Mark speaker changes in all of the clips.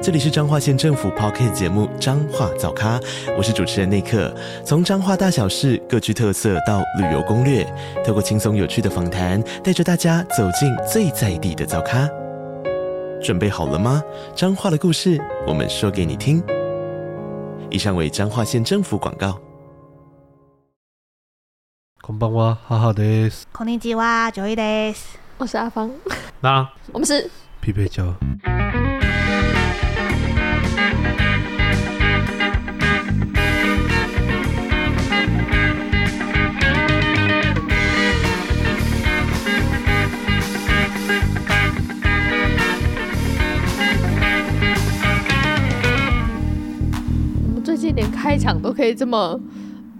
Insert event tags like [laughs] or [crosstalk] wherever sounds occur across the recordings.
Speaker 1: 这里是彰化县政府 p o c k t 节目《彰化早咖》，我是主持人内克。从彰化大小事各具特色到旅游攻略，透过轻松有趣的访谈，带着大家走进最在地的早咖。准备好了吗？彰化的故事，我们说给你听。以上为彰化县政府广告。
Speaker 2: こんばんは、母です。
Speaker 3: こんにちは、ジョイです。
Speaker 4: 我是阿芳，
Speaker 2: 那
Speaker 4: 我们是
Speaker 2: 匹配交，
Speaker 4: 我们最近连开场都可以这么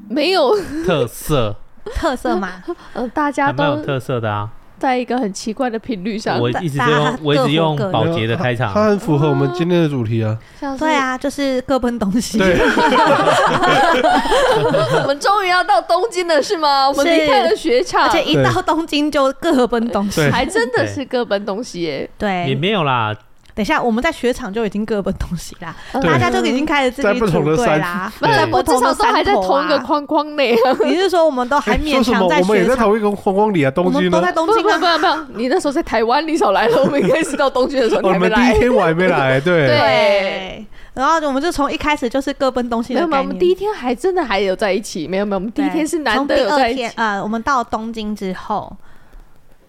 Speaker 4: 没有，
Speaker 5: 特色，
Speaker 3: 特色 [laughs] 嘛，
Speaker 4: 呃，大家
Speaker 5: 还蛮有
Speaker 4: 都
Speaker 5: 特色的啊！
Speaker 4: 在一个很奇怪的频率上，
Speaker 5: 我
Speaker 3: 啊大
Speaker 5: 一直
Speaker 3: 大
Speaker 5: 都
Speaker 3: 家
Speaker 5: 用，我一
Speaker 3: 各付
Speaker 5: 直用
Speaker 3: 各的
Speaker 5: 保洁的开
Speaker 2: 它
Speaker 5: 场，
Speaker 2: 很符合我们今天的主题啊。
Speaker 4: 像是
Speaker 3: 对，啊，就是各奔东
Speaker 2: [laughs]
Speaker 3: 西。
Speaker 2: 对，
Speaker 4: 我们终于要到东京了，是吗？我们
Speaker 3: 是
Speaker 4: 离开了雪场
Speaker 3: 而，且一到东京就各奔东西。
Speaker 2: 对
Speaker 4: 还真的是各奔东西耶，
Speaker 5: 也
Speaker 3: 哎对，
Speaker 5: 没有啦，
Speaker 3: 等一下我们在雪场就已经各奔东西啦，
Speaker 4: 呃
Speaker 3: 大家就已经开始自
Speaker 2: 在
Speaker 3: 己
Speaker 2: 不同
Speaker 3: 组
Speaker 2: 的
Speaker 3: 队
Speaker 2: 山
Speaker 3: 啦。
Speaker 4: 不然
Speaker 5: 对
Speaker 4: 我至少都还在同一个框框内啊。
Speaker 3: 你是说我们都还
Speaker 2: 哎
Speaker 3: 勉
Speaker 2: [laughs] 说什么？
Speaker 3: 强
Speaker 2: 我们也
Speaker 3: 雪
Speaker 2: 在
Speaker 3: 场？
Speaker 2: 同一个框框里啊，
Speaker 3: 我
Speaker 2: 东
Speaker 3: 们
Speaker 2: 京
Speaker 3: 都
Speaker 2: 呢
Speaker 3: 在？东
Speaker 4: 不不
Speaker 3: 京啊
Speaker 4: 不。不不，你那时候在台湾，你少来了，我们应该是到东京的时候你
Speaker 2: 我
Speaker 4: 还没
Speaker 2: 哦们第
Speaker 4: 来
Speaker 2: 一。天我还没来，对
Speaker 4: [laughs] 对，
Speaker 3: 对，然后我们就从一开始就是各奔东西
Speaker 4: 没
Speaker 3: 的
Speaker 4: 有没有，
Speaker 3: 概
Speaker 4: 我们第
Speaker 3: 念
Speaker 4: 一。天还真的还有在一起，没有没有，我们第一
Speaker 3: 对
Speaker 4: 天是难
Speaker 3: 从
Speaker 4: 得
Speaker 3: 第
Speaker 4: 有在
Speaker 3: 二
Speaker 4: 一
Speaker 3: 天
Speaker 4: 起，。
Speaker 3: 呃，我们到东京之后，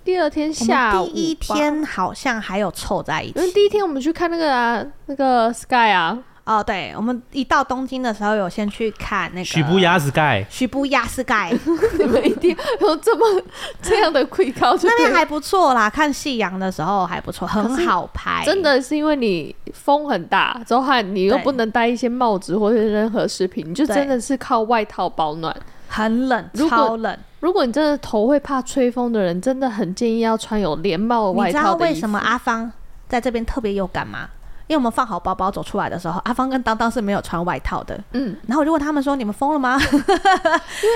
Speaker 4: 第二天
Speaker 3: 我们
Speaker 4: 下午吧，
Speaker 3: 第一天好像还有凑在一
Speaker 4: 因为
Speaker 3: 起。
Speaker 4: 第一天我们去看那个啊，那个 Sky 啊， [laughs]
Speaker 3: 哦，对，我们一到东京的时候，有先去看那个
Speaker 5: 许不压 sky，
Speaker 3: 徐步亚斯
Speaker 4: [laughs]
Speaker 3: 盖
Speaker 4: 你们一定有这么这样的 quick call，就
Speaker 3: 那
Speaker 4: 对
Speaker 3: 边
Speaker 4: 了
Speaker 3: 还不错啦，看夕阳的时候还不错，很好拍，
Speaker 4: 真。的是因为你风很大，之后还你又
Speaker 3: 对
Speaker 4: 不能戴一些帽子或者是任何饰品，你就
Speaker 3: 对
Speaker 4: 真的是靠外套保暖。
Speaker 3: 很冷，
Speaker 4: 如果
Speaker 3: 超冷。
Speaker 4: 如果你真的头会怕吹风的人，真的很建议要穿有连帽的
Speaker 3: 你
Speaker 4: 外
Speaker 3: 知道
Speaker 4: 套的
Speaker 3: 为
Speaker 4: 衣服
Speaker 3: 什么啊阿芳在这边特别有感吗？因为我们放好包包走出来的时候，阿芳跟当当是没有穿外套的。
Speaker 4: 嗯，
Speaker 3: 然后我就问他们说：“你们疯了吗？ [laughs]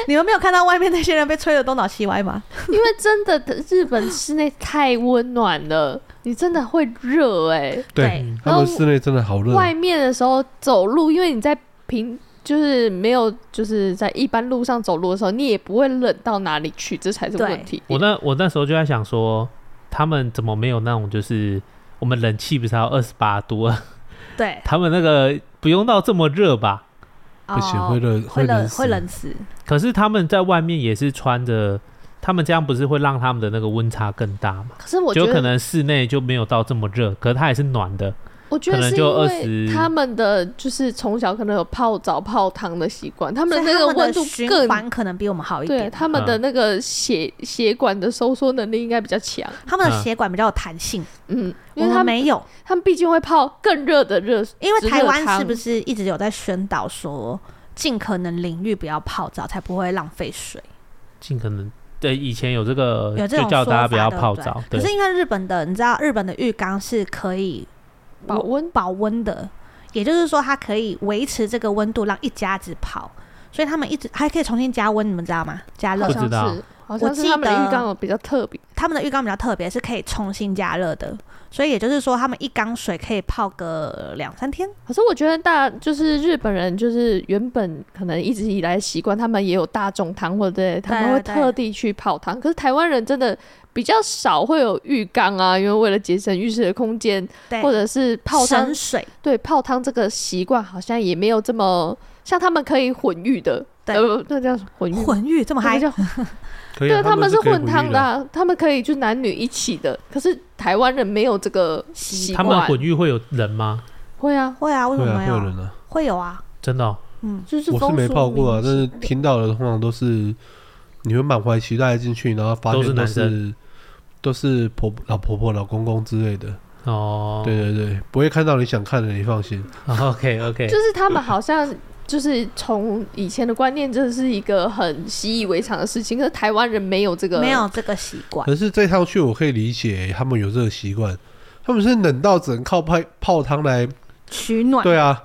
Speaker 3: 你们没有看到外面那些人被吹得东倒西歪吗
Speaker 4: 因为真的日本室内太温暖了，你真的会热哎、
Speaker 2: [laughs]
Speaker 3: 对
Speaker 2: 对，他们室内真的好
Speaker 3: 嗯
Speaker 2: 热，
Speaker 4: 外面的时候走路，因为你在平就是没有就是在一般路上走路的时候，你也不会冷到哪里去，这才是
Speaker 3: 对
Speaker 4: 问题。
Speaker 5: 我那我那时候就在想说，他们怎么没有那种就是我们冷气不是要二十八度，啊？？” [laughs]
Speaker 3: 对，
Speaker 5: 他们那个不用到这么热吧？
Speaker 2: 不行
Speaker 3: 哦
Speaker 2: 会热
Speaker 3: 会
Speaker 2: 冷
Speaker 3: 冷
Speaker 2: 死
Speaker 3: 会冷死。
Speaker 5: 可是他们在外面也是穿着，他们这样不是会让他们的那个温差更大吗？
Speaker 4: 可是我觉
Speaker 5: 就可
Speaker 4: 得，
Speaker 5: 能室内就没有到这么热，可是它也是暖的，
Speaker 4: 我觉得
Speaker 5: 可能
Speaker 4: 是
Speaker 5: 就
Speaker 4: 因为
Speaker 5: 20
Speaker 4: 他们的就是从小可能有泡澡泡汤的习惯，他
Speaker 3: 所
Speaker 4: 们
Speaker 3: 以
Speaker 4: 那个
Speaker 3: 他们的
Speaker 4: 温度
Speaker 3: 循
Speaker 4: 更。
Speaker 3: 环可能比我们好一
Speaker 4: 对
Speaker 3: 点，嗯
Speaker 4: 他们的那个血血管的收缩能力应该比较强，
Speaker 3: 他们的
Speaker 5: 嗯
Speaker 3: 血管比较有弹性，
Speaker 4: 嗯，
Speaker 3: 我
Speaker 4: 因为他
Speaker 3: 们
Speaker 4: 们
Speaker 3: 没有。
Speaker 4: 他们毕竟会泡更热的热，
Speaker 3: 因为台湾是不
Speaker 4: 是？
Speaker 3: 是一直有在宣导说，尽可能淋浴不要泡澡，才不会浪费水，
Speaker 5: 尽可能对以前有这个
Speaker 3: 有这
Speaker 5: 就
Speaker 3: 种
Speaker 5: 叫
Speaker 3: 说
Speaker 5: 大
Speaker 3: 法，
Speaker 5: 家不要
Speaker 3: 对
Speaker 5: 泡
Speaker 3: 对
Speaker 5: 澡，
Speaker 3: 可
Speaker 5: 对
Speaker 3: 是因为日本的，你知道日本的浴缸是可以
Speaker 4: 保温
Speaker 3: 保温的，也就是说它可以维持这个温度，让一家子泡。所以他们一直还可以重新加温，你们知道吗？加热
Speaker 4: 好
Speaker 5: 不，知
Speaker 4: 像
Speaker 5: 道
Speaker 4: 是，好
Speaker 3: 我
Speaker 4: 像是
Speaker 3: 记
Speaker 4: 他们的
Speaker 3: 得
Speaker 4: 浴缸有比较特别，
Speaker 3: 他们的浴缸比较特别，是可以重新加热的。所以也就是说，他们一缸水可以泡个两三天。
Speaker 4: 可是我觉得大就是日本人，就是原本可能一直以来的习惯，他们也有大众汤或者他们会
Speaker 3: 对
Speaker 4: 特地去泡汤。可是台湾人真的比较少会有浴缸啊，因为为了节省浴室的空间，
Speaker 3: 对，
Speaker 4: 或者是泡汤
Speaker 3: 省，水。
Speaker 4: 对泡汤这个习惯好像也没有这么像他们可以混浴的，
Speaker 3: 对
Speaker 4: 呃，那叫什么混浴。
Speaker 3: 混浴这么
Speaker 4: 那
Speaker 3: 嗨
Speaker 4: 个，叫
Speaker 2: 可以啊
Speaker 4: 对，他们是
Speaker 2: 可以
Speaker 4: 混
Speaker 2: 浴
Speaker 4: 汤的
Speaker 2: 的啊，
Speaker 4: 啊、他们可以就男女一起的。可是台湾人没有这个习
Speaker 3: 习
Speaker 5: 他
Speaker 4: 惯，
Speaker 5: 们混浴会有人吗？
Speaker 4: 会啊，
Speaker 3: 会啊？为什
Speaker 2: 对啊，
Speaker 3: 么没
Speaker 2: 会有
Speaker 3: 有？
Speaker 2: 人啊。
Speaker 3: 会有啊，
Speaker 5: 真的哦、
Speaker 3: 嗯，
Speaker 4: 就是
Speaker 2: 我
Speaker 4: 风
Speaker 2: 是没
Speaker 4: 俗
Speaker 2: 泡过啊，
Speaker 4: 民
Speaker 2: 但
Speaker 4: 情
Speaker 2: 是听到的通常都是你会满怀期待进去，然后发
Speaker 5: 都是
Speaker 2: 现都
Speaker 5: 男
Speaker 2: 是都是婆婆老婆婆、老公公之类的。
Speaker 5: 哦， [laughs]
Speaker 2: 对对对，不会看到你想看的，你放心。
Speaker 5: ，OK OK，
Speaker 4: 就是他们好像就是从以前的观念，这是一个很习以为常的事情，可是台湾人没有这个，
Speaker 3: 没有这个习惯。
Speaker 2: 可是这趟去我可以理解他们有这个习惯，他们是冷到只能靠泡泡汤来。
Speaker 3: 取暖，
Speaker 2: 对啊，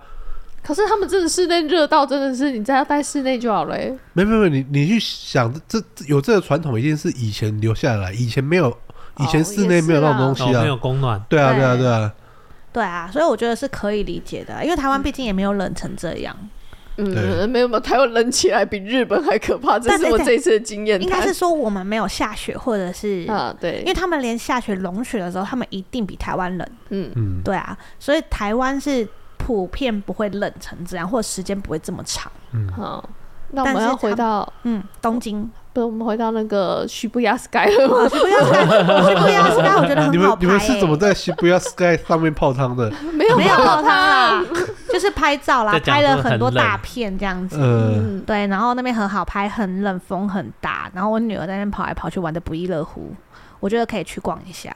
Speaker 4: 可是他们真的室内热到真的是你在要待室内就好了、欸。
Speaker 2: 没没没，你你去想，这这有这个传统一定是以前留下来，以前没有，以前室内没有那种东
Speaker 5: 哦
Speaker 2: 西啊
Speaker 5: 没。有供暖，
Speaker 2: 对啊
Speaker 3: 对
Speaker 2: 对啊对啊，
Speaker 3: 对啊，所以我觉得是可以理解的，因为台湾毕竟也没有冷成这样，
Speaker 2: 对
Speaker 4: 嗯，没有没有，台湾冷起来比日本还可怕，这
Speaker 3: 但
Speaker 4: 是
Speaker 3: 是
Speaker 4: 我
Speaker 3: 在
Speaker 4: 这一次的经验
Speaker 3: 应
Speaker 4: 谈。
Speaker 3: 该是说我们没有下雪，或者是
Speaker 2: 嗯
Speaker 4: 啊，对，
Speaker 3: 因为他们连下雪融雪的时候，他们一定比台湾冷，
Speaker 4: 嗯，
Speaker 2: 嗯，
Speaker 3: 对啊，所以台湾是普遍不会冷成这样，或者时间不会这么长。
Speaker 4: 好，那我
Speaker 3: 但
Speaker 4: 们
Speaker 3: 是
Speaker 4: 要回
Speaker 3: 他
Speaker 4: 到，
Speaker 3: 嗯，东
Speaker 2: [laughs]
Speaker 3: 京，
Speaker 4: 不是我们回到那个徐不亚 Sky 了吗？
Speaker 3: 我是不要看，我是不要看，我觉得
Speaker 2: 你
Speaker 3: 很
Speaker 2: 们
Speaker 3: 好拍、欸。
Speaker 2: 你们是怎么在西不要 Sky 上面泡汤的？
Speaker 4: 没有
Speaker 2: [laughs]
Speaker 3: [laughs] 欸没有泡
Speaker 4: 泡
Speaker 3: 汤啦，就是拍照啦
Speaker 5: 在，讲
Speaker 3: 拍
Speaker 5: 说
Speaker 3: 了很多
Speaker 5: 很冷
Speaker 3: 大片这样子。
Speaker 2: 呃，
Speaker 4: 嗯，
Speaker 3: 对，然后那边很好拍，很冷，风很大，然后我女儿在那边跑来跑去，玩的不亦乐乎。我觉得可以去逛一下，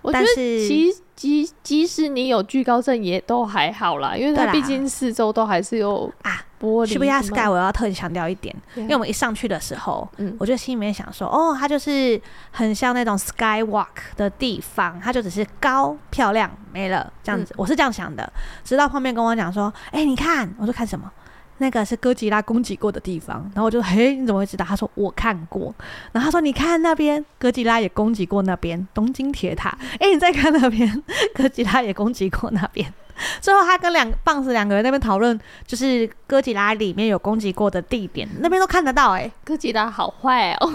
Speaker 4: 我觉
Speaker 3: 但
Speaker 4: 得
Speaker 3: 是
Speaker 4: 其即即使你有惧高症也都还好啦，因为
Speaker 3: 对啦
Speaker 4: 它毕竟四周都还是有
Speaker 3: 啊
Speaker 4: 玻璃
Speaker 3: 是不是亚
Speaker 4: 什
Speaker 3: Sky
Speaker 4: 么
Speaker 3: 我要特别强调一点，
Speaker 4: 对
Speaker 3: 因为我们一上去的时候，
Speaker 4: 嗯
Speaker 3: 我就心里面想说，哦，它就是很像那种 Skywalk 的地方，它就只是高漂亮没了这样子，我是这样想的。直到旁边跟我讲说，哎、你看，我说看什么？那个是哥吉拉攻击过的地方，然后我就嘿，你怎么会知道？他说我看过，然后他说你看那边，哥吉拉也攻击过那边东京铁塔，哎、你再看那边， [laughs] 哥吉拉也攻击过那边。最后他跟两棒子两个人在那边讨论，就是哥吉拉里面有攻击过的地点，那边都看得到哎、
Speaker 4: 哥吉拉好坏哦，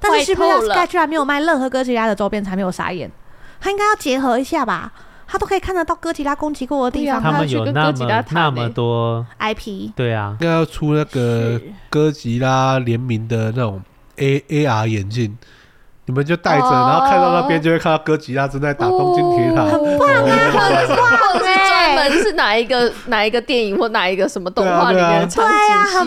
Speaker 3: 但是 Super
Speaker 4: 坏透
Speaker 3: Sky
Speaker 4: 了
Speaker 3: 居然没有卖任何哥吉拉的周边，才没有傻眼。他应该要结合一下吧，他都可以看得到哥吉拉攻击过的地方
Speaker 4: 对
Speaker 5: 他
Speaker 4: 啊
Speaker 5: 们有那
Speaker 4: 他要去跟哥吉拉
Speaker 5: 么
Speaker 4: 谈
Speaker 5: 那
Speaker 4: 欸
Speaker 5: 么多，
Speaker 3: IP。
Speaker 5: 对啊，
Speaker 2: 应该要出那个
Speaker 3: 是
Speaker 2: 哥吉拉联名的那种 A A R 眼镜，你们就戴着，
Speaker 4: 哦
Speaker 2: 然后看到那边就会看到哥吉拉正在打东京铁塔。哦
Speaker 4: 很棒啊，很棒
Speaker 3: 欸
Speaker 4: 是专门是哪一个哪一个电影或哪一个什么动画里
Speaker 2: 啊
Speaker 4: 面的场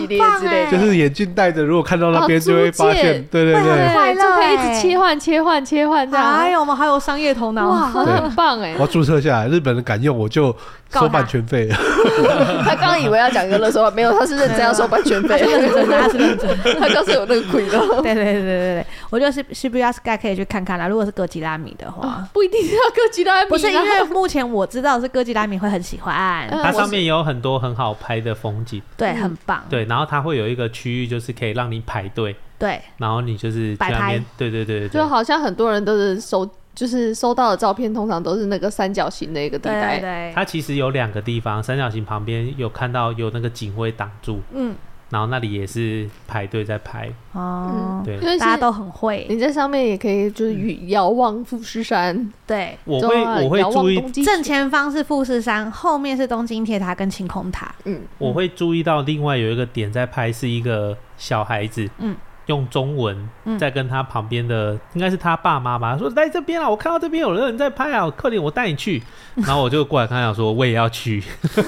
Speaker 4: 景系列
Speaker 3: 对啊对啊对啊很
Speaker 4: 之类
Speaker 3: 棒欸
Speaker 4: 的，
Speaker 2: 就是眼镜戴着，如果看到那边就会发
Speaker 4: 哎哦
Speaker 2: 现，
Speaker 4: 租界
Speaker 2: 对对
Speaker 3: 会
Speaker 2: 对
Speaker 3: 很，快
Speaker 4: 对，
Speaker 3: 乐
Speaker 4: 就可以一
Speaker 3: 欸
Speaker 4: 直切换切换切换这样，
Speaker 3: 哎呦，我们好有商业头脑，
Speaker 4: 啊哇，
Speaker 2: 对
Speaker 4: 很棒哎
Speaker 2: 我！要注册下来，日本人敢用我就收版权费。 [laughs]
Speaker 4: 他刚刚以为要讲一个乐色话，没有， [laughs] 他是认真要收版权费，
Speaker 3: 是认 [laughs] 真的，他是认真的。 [laughs]
Speaker 4: 他刚是有那个鬼的。
Speaker 3: 对对对啊对对对，我觉得是是不是要 Sky 可以去看看啦？如果是哥吉拉迷的
Speaker 4: [laughs]
Speaker 3: 话，
Speaker 4: 不一定是要哥吉拉米啦，
Speaker 3: 不是因为目前我知道是哥吉拉迷会很喜欢，
Speaker 4: 嗯
Speaker 5: 它
Speaker 4: 我
Speaker 5: 上
Speaker 4: 是
Speaker 5: 面有很多很好拍的风景，
Speaker 3: 对，
Speaker 4: 嗯
Speaker 3: 很棒，
Speaker 5: 对，然后它会有一个区域就是可以让你排队，
Speaker 3: 对
Speaker 5: 然后你就是
Speaker 3: 摆
Speaker 5: 去那
Speaker 3: 拍
Speaker 5: 边，对对对对
Speaker 4: 就
Speaker 5: 对，
Speaker 4: 好像很多人都是收，就是收到的照片通常都是那个三角形的一个地
Speaker 3: 对对
Speaker 4: 带，
Speaker 3: 对，
Speaker 5: 它其实有两个地方，三角形旁边有看到有那个警卫挡住，
Speaker 3: 嗯
Speaker 5: 然后那里也是排队在排，
Speaker 3: 哦，
Speaker 5: 对
Speaker 4: 因为
Speaker 3: 大家
Speaker 4: 嗯是
Speaker 3: 都很会，
Speaker 4: 你在上面也可以就是与遥望富士山，
Speaker 3: 对。
Speaker 5: 我会
Speaker 4: 对啊
Speaker 5: 我会
Speaker 4: 遥望
Speaker 5: 注意
Speaker 4: 东京
Speaker 3: 正前方是富士山，后面是东京铁塔跟晴空塔。
Speaker 4: 嗯，
Speaker 5: 我会注意到另外有一个点在拍是一个小孩子，
Speaker 3: 嗯
Speaker 5: 用中文
Speaker 3: 嗯
Speaker 5: 在跟他旁边的应该是他爸妈吧，说来这边啊，我看到这边有人在拍啊，快点我带你
Speaker 3: [laughs]
Speaker 5: 去，然后我就过来跟他讲说我也要去， [laughs]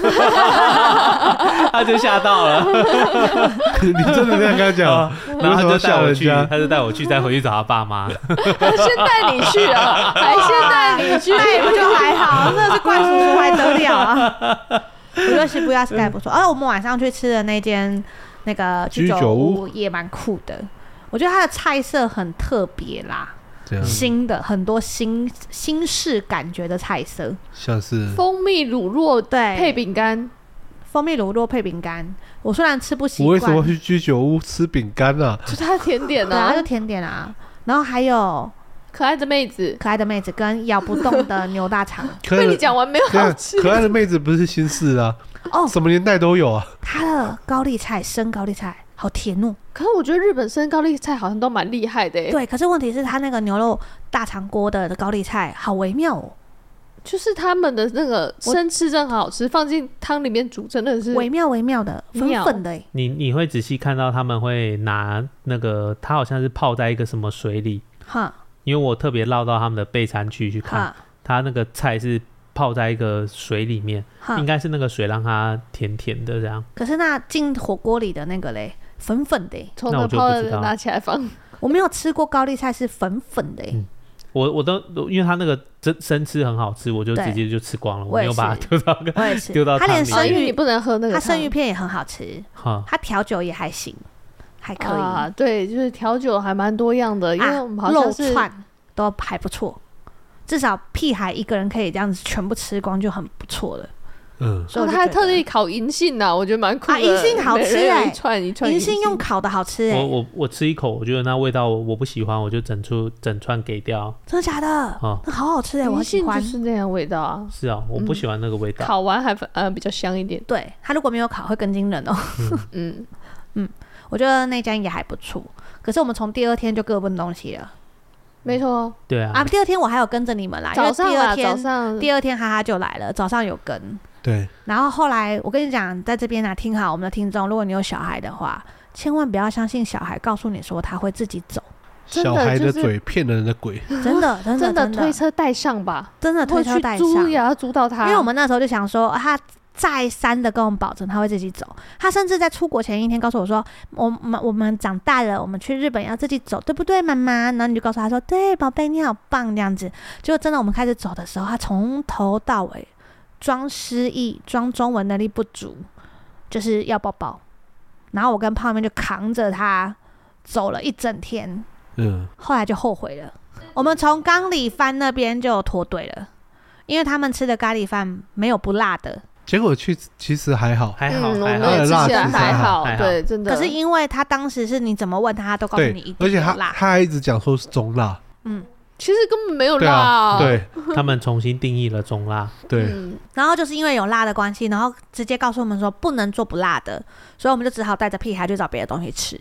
Speaker 5: 他就吓
Speaker 2: [laughs]
Speaker 5: 到了。
Speaker 2: 你真的这样跟他讲？
Speaker 5: 然后他就带我
Speaker 2: 为什么
Speaker 5: 去，
Speaker 2: 要吓人家
Speaker 5: 他就带我去，再回去找他爸妈。
Speaker 4: 先带你去啊，哎还先带你去，
Speaker 3: 对，不哎就还好，那是怪叔叔还得了啊？
Speaker 4: [laughs]
Speaker 3: 我觉得西部亚 sky 不错，哦而、我们晚上去吃的那间那个居
Speaker 2: 居酒
Speaker 3: 酒
Speaker 2: 屋
Speaker 3: 屋也蛮酷的。我觉得它的菜色很特别啦，
Speaker 2: 这样
Speaker 3: 新的很多新新式感觉的菜色，
Speaker 2: 像是
Speaker 4: 蜂蜜乳酪
Speaker 3: 对，
Speaker 4: 配饼干，
Speaker 3: 蜂蜜乳酪配饼干。我虽然吃不习
Speaker 2: 我为什么
Speaker 3: 惯，
Speaker 2: 去居酒屋吃饼干啊？
Speaker 4: 就是它的甜点
Speaker 3: 对啊，
Speaker 4: 啊
Speaker 3: 就，甜点啊，然后还有
Speaker 4: 可爱的妹子。
Speaker 3: 可爱的妹子跟咬不动的牛大
Speaker 2: [laughs]
Speaker 3: 肠。
Speaker 2: 可
Speaker 4: 被你
Speaker 2: 爱
Speaker 4: 讲完没有
Speaker 2: 对
Speaker 4: 好
Speaker 2: 啊
Speaker 4: 吃，
Speaker 2: 可爱的妹子不是新事啊，
Speaker 3: 哦，
Speaker 2: 什么年代都有啊。
Speaker 3: 它的高丽菜生高丽菜好甜哦。
Speaker 4: 可是我觉得日本生高丽菜好像都蛮厉害的欸，
Speaker 3: 对，可是问题是它那个牛肉大肠锅的高丽菜好微妙哦，
Speaker 4: 就是他们的那个
Speaker 3: 我
Speaker 4: 生吃真的好吃，放进汤里面煮真的是
Speaker 3: 微妙微妙的，粉
Speaker 4: 妙
Speaker 3: 粉的哎，
Speaker 5: 你你会仔细看到他们会拿那个，他好像是泡在一个什么水里，
Speaker 3: 哈
Speaker 5: 因为我特别绕到他们的备餐区去看，
Speaker 3: 哈
Speaker 5: 他那个菜是泡在一个水里面，
Speaker 3: 哈
Speaker 4: 嗯
Speaker 5: 应。该是那个水让它甜甜的这样。
Speaker 3: 可是那进火锅里的那个嘞，粉粉的欸，
Speaker 4: 从
Speaker 5: 那我
Speaker 4: 那
Speaker 5: 就
Speaker 4: 泡
Speaker 5: 不
Speaker 4: 的
Speaker 5: 知道
Speaker 4: 拿起来放，
Speaker 5: 嗯
Speaker 3: 我没有吃过高丽菜是粉粉的欸，
Speaker 5: 我我都因为它那个真生吃很好吃，我就
Speaker 3: 对
Speaker 5: 直接就吃光了，我
Speaker 3: 我也
Speaker 5: 没有把它丢到
Speaker 4: [laughs]
Speaker 5: 那个
Speaker 3: 我也吃
Speaker 5: 丢到，
Speaker 3: 它
Speaker 5: 汤
Speaker 3: 连
Speaker 5: 里
Speaker 4: 哦
Speaker 3: 生
Speaker 4: 因为你
Speaker 3: 鱼，
Speaker 4: 不嗯能喝那个
Speaker 3: 它
Speaker 4: 汤，
Speaker 3: 生鱼片也很好吃，
Speaker 5: 哈。
Speaker 3: 它调酒也还行，还可以，
Speaker 4: 啊，对，就是调酒还蛮多样的，因为
Speaker 3: 啊
Speaker 4: 我们好
Speaker 3: 肉
Speaker 4: 像是
Speaker 3: 串都还不错。至少屁孩一个人可以这样子全部吃光就很不错了，
Speaker 2: 嗯，
Speaker 3: 所以我
Speaker 4: 哦，
Speaker 3: 就
Speaker 4: 他还
Speaker 3: 觉
Speaker 4: 特
Speaker 3: 得
Speaker 4: 地烤银杏呐、我觉得蛮酷的。
Speaker 3: 啊银杏好
Speaker 4: 每
Speaker 3: 吃
Speaker 4: 人有
Speaker 3: 欸
Speaker 4: 一串一串
Speaker 3: 银杏用烤的好吃哎、
Speaker 5: 我我我吃一口，我觉得那味道我我不喜欢，我就整出整串给掉。
Speaker 3: 真的假的？
Speaker 5: 哦
Speaker 3: 那好好吃哎、我
Speaker 4: 银
Speaker 3: 很喜
Speaker 4: 杏就
Speaker 3: 欢。
Speaker 4: 是那样味道啊，
Speaker 5: 是啊，我不喜欢那个味道。
Speaker 4: 烤完还呃比较香一点。
Speaker 3: 对它如果没有烤会更惊
Speaker 4: [laughs]
Speaker 3: 人哦。
Speaker 4: 嗯，
Speaker 3: 我觉得那家也还不错，可是我们从第二天就各奔东西了
Speaker 4: 没错哦，
Speaker 5: 对啊，
Speaker 3: 啊！第二天我还有跟着你们啊啦，因为
Speaker 4: 早上啊
Speaker 3: 第二
Speaker 4: 啦，早
Speaker 3: 天
Speaker 4: 上
Speaker 3: 第二天哈哈就来了，早上有跟，
Speaker 2: 对，
Speaker 3: 然后后来我跟你讲，在这边呢、听好我们的听众，如果你有小孩的话，千万不要相信小孩告诉你说他会自己
Speaker 4: [laughs]
Speaker 3: 走，
Speaker 4: 真的
Speaker 2: 小孩的
Speaker 4: 就是
Speaker 2: 嘴骗人的鬼，
Speaker 3: 真的真的
Speaker 4: 真的
Speaker 3: 真
Speaker 4: 推
Speaker 3: 的
Speaker 4: 车带上吧，
Speaker 3: 真的推
Speaker 4: 或
Speaker 3: 车
Speaker 4: 去
Speaker 3: 带上，
Speaker 4: 租也要租到他，
Speaker 3: 因为我们那时候就想说，啊他再三的跟我们保证他会自己走。他甚至在出国前一天告诉我说，我们我们长大了，我们去日本要自己走，对不对，妈妈？然后你就告诉他说，对，宝贝，你好棒，这样子。结果真的我们开始走的时候，他从头到尾装失忆、装中文能力不足，就是要抱抱。然后我跟泡面就扛着他走了一整天，
Speaker 2: 嗯，
Speaker 3: 后来就后悔了。我们从咖喱饭那边就脱队了，因为他们吃的咖喱饭没有不辣的，
Speaker 2: 结果去其实还好，
Speaker 5: 还好
Speaker 4: 嗯，我
Speaker 5: 还
Speaker 4: 们
Speaker 5: 好
Speaker 2: 那
Speaker 4: 也
Speaker 2: 个
Speaker 4: 吃
Speaker 2: 辣
Speaker 4: 起来
Speaker 2: 其实
Speaker 4: 还
Speaker 2: 还
Speaker 5: 好
Speaker 4: 好，
Speaker 5: 还好
Speaker 4: 对，真的。
Speaker 3: 可是因为他当时是你怎么问他，他都告诉你一
Speaker 2: 对，而
Speaker 3: 定
Speaker 2: 且他
Speaker 3: 有辣。
Speaker 2: 他还一直讲说是中辣，
Speaker 4: 其实根本没有
Speaker 2: 对
Speaker 4: 哦辣、
Speaker 2: 啊，对
Speaker 5: 他们重新定义了中
Speaker 4: [laughs]
Speaker 5: 辣，
Speaker 2: 对，
Speaker 4: 嗯，
Speaker 3: 然后就是因为有辣的关系，然后直接告诉我们说不能做不辣的，所以我们就只好带着屁孩去找别的东西吃。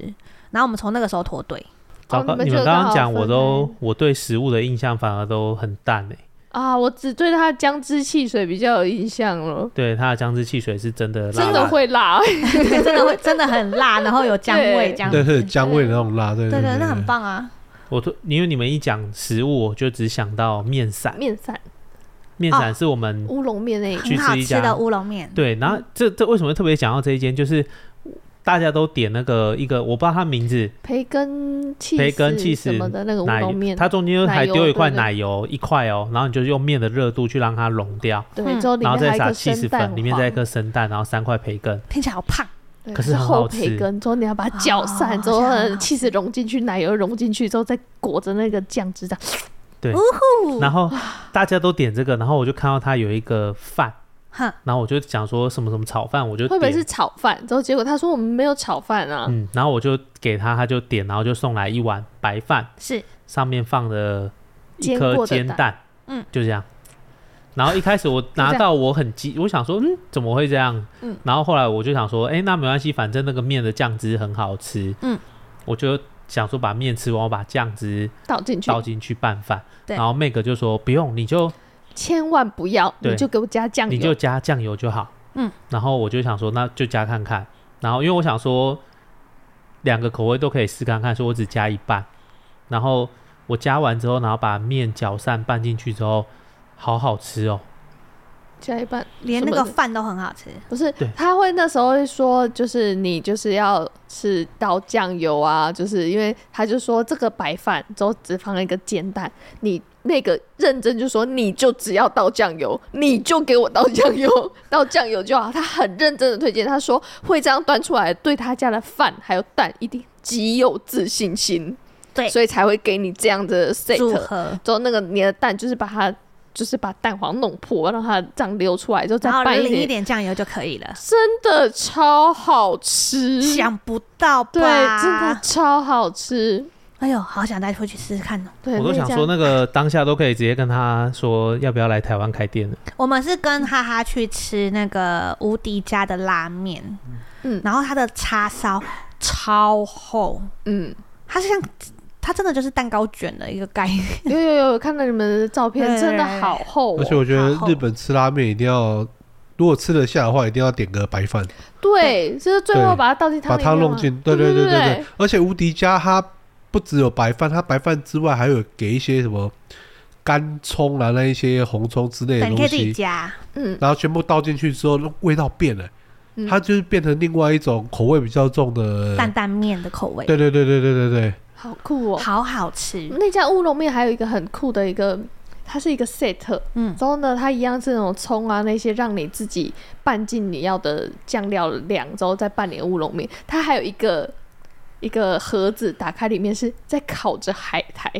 Speaker 3: 然后我们从那个时候脱队，
Speaker 5: 糟糕！
Speaker 4: 你们
Speaker 5: 你
Speaker 4: 就有
Speaker 5: 们刚
Speaker 4: 刚
Speaker 5: 刚
Speaker 4: 好
Speaker 5: 讲，我
Speaker 4: 分
Speaker 5: 都
Speaker 4: 开
Speaker 5: 我对食物的印象反而都很淡欸诶。
Speaker 4: 啊，我只对他姜汁汽水比较有印象了，
Speaker 5: 对，它的姜汁汽水是真的辣辣
Speaker 4: 真的会辣，
Speaker 3: 对真的会真的很辣，然后有姜味这样
Speaker 2: 对
Speaker 3: 子。
Speaker 2: 对，姜味的那种辣，对
Speaker 3: 对
Speaker 2: 对，
Speaker 3: 对，那很。棒啊！
Speaker 5: 我突因为你们一讲食物，我就只想到面伞。
Speaker 4: 面哦散
Speaker 5: 面伞是我们、
Speaker 4: 乌龙面那个，
Speaker 5: 去
Speaker 3: 很好
Speaker 5: 吃一家
Speaker 3: 吃的乌龙面，
Speaker 5: 对，然后
Speaker 4: 嗯
Speaker 5: 这这为什么特别讲到这一间，就是大家都点那个一个，我不知道它名字，
Speaker 4: 培根气
Speaker 5: 培根 cheese
Speaker 4: 什么的那个乌
Speaker 5: 奶
Speaker 4: 龙面，
Speaker 5: 它中间还
Speaker 4: 奶油
Speaker 5: 丢一块
Speaker 4: 对对
Speaker 5: 奶油一块哦，然后你就用面的热度去让它融掉，
Speaker 4: 对，
Speaker 3: 嗯
Speaker 4: 之后里
Speaker 5: 然后
Speaker 4: 面
Speaker 5: 再
Speaker 4: 还有
Speaker 5: 撒
Speaker 4: 一个
Speaker 5: 起司
Speaker 4: 生蛋
Speaker 5: 粉，
Speaker 4: 黄，
Speaker 5: 里面再一颗生蛋，然后三块培根，
Speaker 3: 听起来好胖，
Speaker 4: 对，
Speaker 5: 可是
Speaker 4: 是
Speaker 5: 很
Speaker 4: 厚
Speaker 5: 好吃
Speaker 4: 培根，之后你要把它搅散，
Speaker 3: 哦
Speaker 4: 之后
Speaker 3: 好像很好
Speaker 4: 气势融进去，奶油融进去之后，再裹着那个酱汁这样。嗯
Speaker 5: 然后大家都点这个，然后我就看到它有一个饭，
Speaker 3: 哼，
Speaker 5: 然后我就想说什么什么炒饭，我就
Speaker 4: 会不会
Speaker 5: 点。
Speaker 4: 是炒饭？之后结果他说我们没有炒饭啊，
Speaker 5: 嗯，然后我就给他，他就点，然后就送来一碗白饭，
Speaker 3: 是
Speaker 5: 上面放了一
Speaker 4: 煎
Speaker 5: 颗
Speaker 4: 过的
Speaker 5: 煎
Speaker 4: 蛋
Speaker 5: 蛋，
Speaker 3: 嗯，
Speaker 5: 就这样。然后一开始我拿到我很急，我想说，嗯，怎么会这样？
Speaker 3: 嗯，
Speaker 5: 然后后来我就想说，哎、那没关系，反正那个面的酱汁很好吃，
Speaker 3: 嗯，
Speaker 5: 我就想说把面吃完，我把酱汁
Speaker 4: 倒进去，
Speaker 5: 倒进去拌饭。
Speaker 3: 对
Speaker 5: 然后 Meg 就说不用，你就
Speaker 4: 千万不要，
Speaker 5: 对
Speaker 4: 你就给我加酱
Speaker 5: 你就
Speaker 4: 油。
Speaker 5: 加酱油就好。
Speaker 3: 嗯，
Speaker 5: 然后我就想说，那就加看看。然后因为我想说，两个口味都可以试看看，所以我只加一半。然后我加完之后，然后把面搅散拌进去之后，好好吃哦。
Speaker 4: 加一半，
Speaker 3: 连那
Speaker 4: 什
Speaker 3: 个
Speaker 4: 么的
Speaker 3: 饭都很好吃，
Speaker 4: 不是
Speaker 5: 对
Speaker 4: 他会那时候会说，就是你就是要是倒酱油啊，就是因为他就说这个白饭之后只放了一个煎蛋，你那个认真就说你就只要倒酱油，你就给我倒酱油， [laughs] 倒酱油就好。他很认真的推荐，他说会这样端出来，对他家的饭还有蛋一定极有自信心，
Speaker 3: 对
Speaker 4: 所以才会给你这样的 set
Speaker 3: 组合，
Speaker 4: 之后那个你的蛋就是把它就是把蛋黄弄破，让它这样流出来，之后再
Speaker 3: 然后
Speaker 4: 拌
Speaker 3: 淋一
Speaker 4: 点，
Speaker 3: 点酱油就可以了。
Speaker 4: 真的超好吃，
Speaker 3: 想不到吧？
Speaker 4: 对，真的，超好吃，
Speaker 3: 哎呦，好想再回去试试看哦。
Speaker 4: 对，
Speaker 5: 我都想
Speaker 4: 家
Speaker 5: 说，那个当下都可以直接跟他说要不要来台湾开店了。
Speaker 3: 我们是跟哈哈去吃那个无敌家的拉面，
Speaker 4: 嗯
Speaker 3: 然后它的叉烧超厚，
Speaker 4: 嗯，
Speaker 3: 它是像它真的就是蛋糕卷的一个概念，
Speaker 4: 有有有有看到你们的照片，
Speaker 3: 对
Speaker 4: 真的
Speaker 3: 对对
Speaker 4: 好厚、
Speaker 2: 而且
Speaker 4: 哦，
Speaker 2: 我觉得
Speaker 3: 好
Speaker 2: 日本吃拉面一定要，如果吃得下的话，一定要点个白饭，
Speaker 4: 对，就是最后把它倒进汤
Speaker 2: 把
Speaker 4: 里面
Speaker 2: 汤
Speaker 4: 嘛，
Speaker 2: 弄
Speaker 3: 啊
Speaker 2: 进，
Speaker 4: 对
Speaker 2: 对对
Speaker 4: 对
Speaker 2: 对
Speaker 4: 对
Speaker 2: 对
Speaker 4: 对
Speaker 2: 对。而且无敌家它不只有白饭，它白饭之外还有给一些什么干葱啊、那一些红葱之类的
Speaker 3: 对，你
Speaker 2: 东
Speaker 3: 可以自己
Speaker 2: 西，
Speaker 3: 加。
Speaker 4: 嗯，
Speaker 2: 然后全部倒进去之后，那味道变了
Speaker 4: 嗯，
Speaker 2: 它就是变成另外一种口味比较重的。
Speaker 3: 担担面的口味，
Speaker 2: 对对对对对对对，
Speaker 4: 好酷哦！
Speaker 3: 好好吃。
Speaker 4: 那家乌龙面还有一个很酷的一个，它是一个 set，
Speaker 3: 嗯，
Speaker 4: 之后呢，它一样是那种葱啊那些，让你自己拌进你要的酱料量，之后再拌你的乌龙面。它还有一个一个盒子，打开里面是在烤着海苔，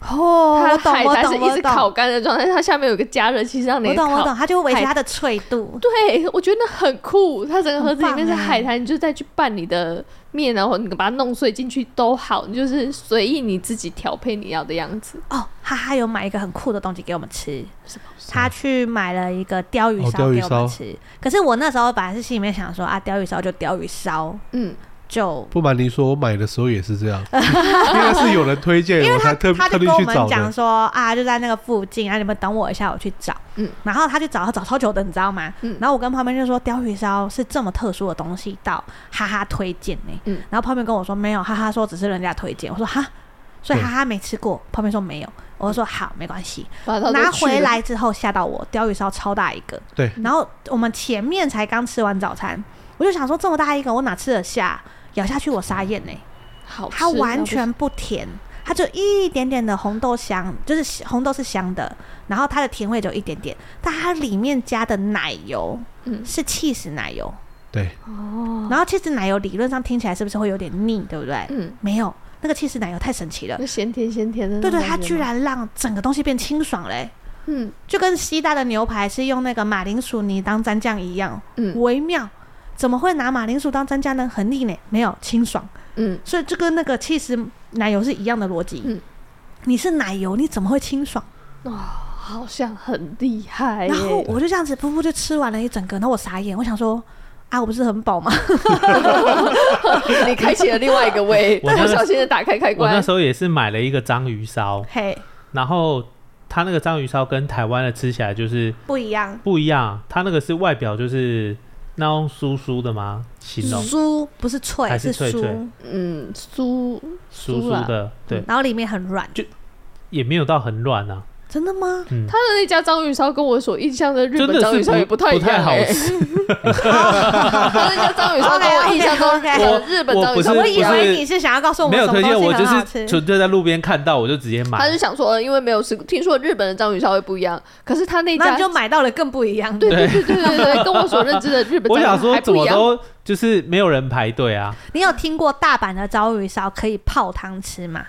Speaker 3: 哦，
Speaker 4: 它
Speaker 3: 我
Speaker 4: 的
Speaker 3: 懂，
Speaker 4: 海
Speaker 3: 我
Speaker 4: 苔是
Speaker 3: 懂，
Speaker 4: 一
Speaker 3: 我
Speaker 4: 直
Speaker 3: 懂
Speaker 4: 烤，干的状态，它下面有一个加热器是让你
Speaker 3: 我懂，我懂，
Speaker 4: 烤。
Speaker 3: 它就会维持
Speaker 4: 海
Speaker 3: 它的脆度。
Speaker 4: 对，我觉得那很酷。它整个盒子里面是
Speaker 3: 很棒欸
Speaker 4: 海苔，你就再去拌你的面，然后你把它弄碎进去都好，你就是随意你自己调配你要的样子。
Speaker 3: 哦，哈哈，有买一个很酷的东西给我们吃，
Speaker 4: 什么
Speaker 3: 他去买了一个鲷鱼
Speaker 2: 哦
Speaker 3: 烧
Speaker 2: 鲷鱼
Speaker 3: 给我们
Speaker 2: 烧
Speaker 3: 吃。可是我那时候本来是心里面想说啊，鲷鱼烧就鲷鱼烧，
Speaker 4: 嗯，
Speaker 3: 就
Speaker 2: 不瞒您说，我买的时候也是
Speaker 3: [laughs]
Speaker 2: 这样，应该是有人推荐
Speaker 3: 因为
Speaker 2: 我
Speaker 3: 他
Speaker 2: 才特
Speaker 3: 他
Speaker 2: 特
Speaker 3: 就
Speaker 2: 地
Speaker 3: 跟我
Speaker 2: 去
Speaker 3: 们
Speaker 2: 找的
Speaker 3: 讲。说啊，就在那个附近啊，你们等我一下，我去找。
Speaker 4: 嗯
Speaker 3: 然后他去找，他找超久的，你知道吗？
Speaker 4: 嗯
Speaker 3: 然后我跟旁边就说，鲷鱼烧是这么特殊的东西，到哈哈推荐呢、
Speaker 4: 嗯
Speaker 3: 然后旁边跟我说没有，哈哈说只是人家推荐。我说哈，所以
Speaker 2: 对
Speaker 3: 哈哈没吃过。旁边说没有，我就说好，没关系。
Speaker 4: 把它都
Speaker 3: 拿
Speaker 4: 去
Speaker 3: 回
Speaker 4: 了
Speaker 3: 来之后吓到我，鲷鱼烧超大一个。
Speaker 2: 对，
Speaker 3: 然后我们前面才刚吃完早餐，我就想说这么大一个我哪吃得下？咬下去我傻眼呢、
Speaker 4: 好吃，
Speaker 3: 它完全不甜，它就一点点的红豆香，就是红豆是香的，然后它的甜味就一点点，但它里面加的奶油
Speaker 4: 嗯
Speaker 3: 是 cheese 奶油，
Speaker 2: 对，
Speaker 4: 哦，
Speaker 3: 然后 cheese 奶油理论上听起来是不是会有点腻，对不对？
Speaker 4: 嗯，
Speaker 3: 没有，那个 cheese 奶油太神奇了，
Speaker 4: 那咸甜咸甜的那
Speaker 3: 对
Speaker 4: 种
Speaker 3: 对，
Speaker 4: 感觉吗，
Speaker 3: 它居然让整个东西变清爽嘞、欸
Speaker 4: 嗯
Speaker 3: 就跟西大的牛排是用那个马铃薯泥当蘸酱一样，
Speaker 4: 嗯
Speaker 3: 微妙。怎么会拿马铃薯当蘸酱呢？很腻呢，没有清爽，
Speaker 4: 嗯
Speaker 3: 所以这跟那个气实奶油是一样的逻辑。
Speaker 4: 嗯
Speaker 3: 你是奶油，你怎么会清爽？
Speaker 4: 哇、好像很厉害耶，
Speaker 3: 然后我就这样子，噗噗就吃完了一整个，然后我傻眼，我想说啊，我不是很饱吗？
Speaker 4: [laughs] 你开启了另外一个胃，
Speaker 5: 我那
Speaker 4: 不小心的打开开
Speaker 5: 我那
Speaker 4: 关
Speaker 5: 时，候也是买了一个章鱼烧，
Speaker 3: [laughs] 嘿，
Speaker 5: 然后它那个章鱼烧跟台湾的吃起来就是
Speaker 3: 不一样。
Speaker 5: 不一样，它那个是外表就是那种酥酥的吗？形容
Speaker 3: 酥不是脆，
Speaker 5: 还
Speaker 3: 是
Speaker 5: 是脆脆
Speaker 3: 酥，
Speaker 4: 嗯，酥啊
Speaker 5: 酥
Speaker 4: 啦
Speaker 5: 酥。的，对，
Speaker 3: 然后里面很软。
Speaker 5: 也没有到很软啊，
Speaker 3: 真的吗？
Speaker 5: 嗯
Speaker 4: 他，的那家章鱼烧跟我所印象的日
Speaker 5: 真
Speaker 4: 本
Speaker 5: 的
Speaker 4: 章鱼
Speaker 5: 是
Speaker 4: 烧也
Speaker 5: 不
Speaker 4: 太一
Speaker 5: 不太
Speaker 4: 样、
Speaker 5: 好
Speaker 4: 欸，
Speaker 5: 吃。
Speaker 4: 他那家章鱼烧跟我印象中
Speaker 3: OK，OK，OK
Speaker 4: 的日本章鱼烧
Speaker 5: 我
Speaker 3: 我
Speaker 5: 不
Speaker 3: 以
Speaker 5: 是
Speaker 3: 为你是想要告诉我
Speaker 5: 没
Speaker 3: 们
Speaker 5: 有
Speaker 3: 什么
Speaker 5: 推
Speaker 3: 东
Speaker 5: 荐，
Speaker 3: 西
Speaker 5: 我就
Speaker 3: 很好吃，
Speaker 5: 是纯粹在路边看到我就直接买
Speaker 4: 他。就想说，因为没有吃，听说日本的章鱼烧会不一样，可是他那
Speaker 3: 那
Speaker 4: 家
Speaker 3: 你就买到了更不一样的。
Speaker 4: 对对对对对对，跟我所认知的日本
Speaker 5: 我
Speaker 4: 章
Speaker 5: 想
Speaker 4: 鱼烧
Speaker 5: 说
Speaker 4: 还
Speaker 5: 怎
Speaker 4: 不一
Speaker 5: 么
Speaker 4: 样。
Speaker 5: 都就是没有人排队啊，
Speaker 3: 你有听过大阪的章鱼烧可以泡汤吃吗？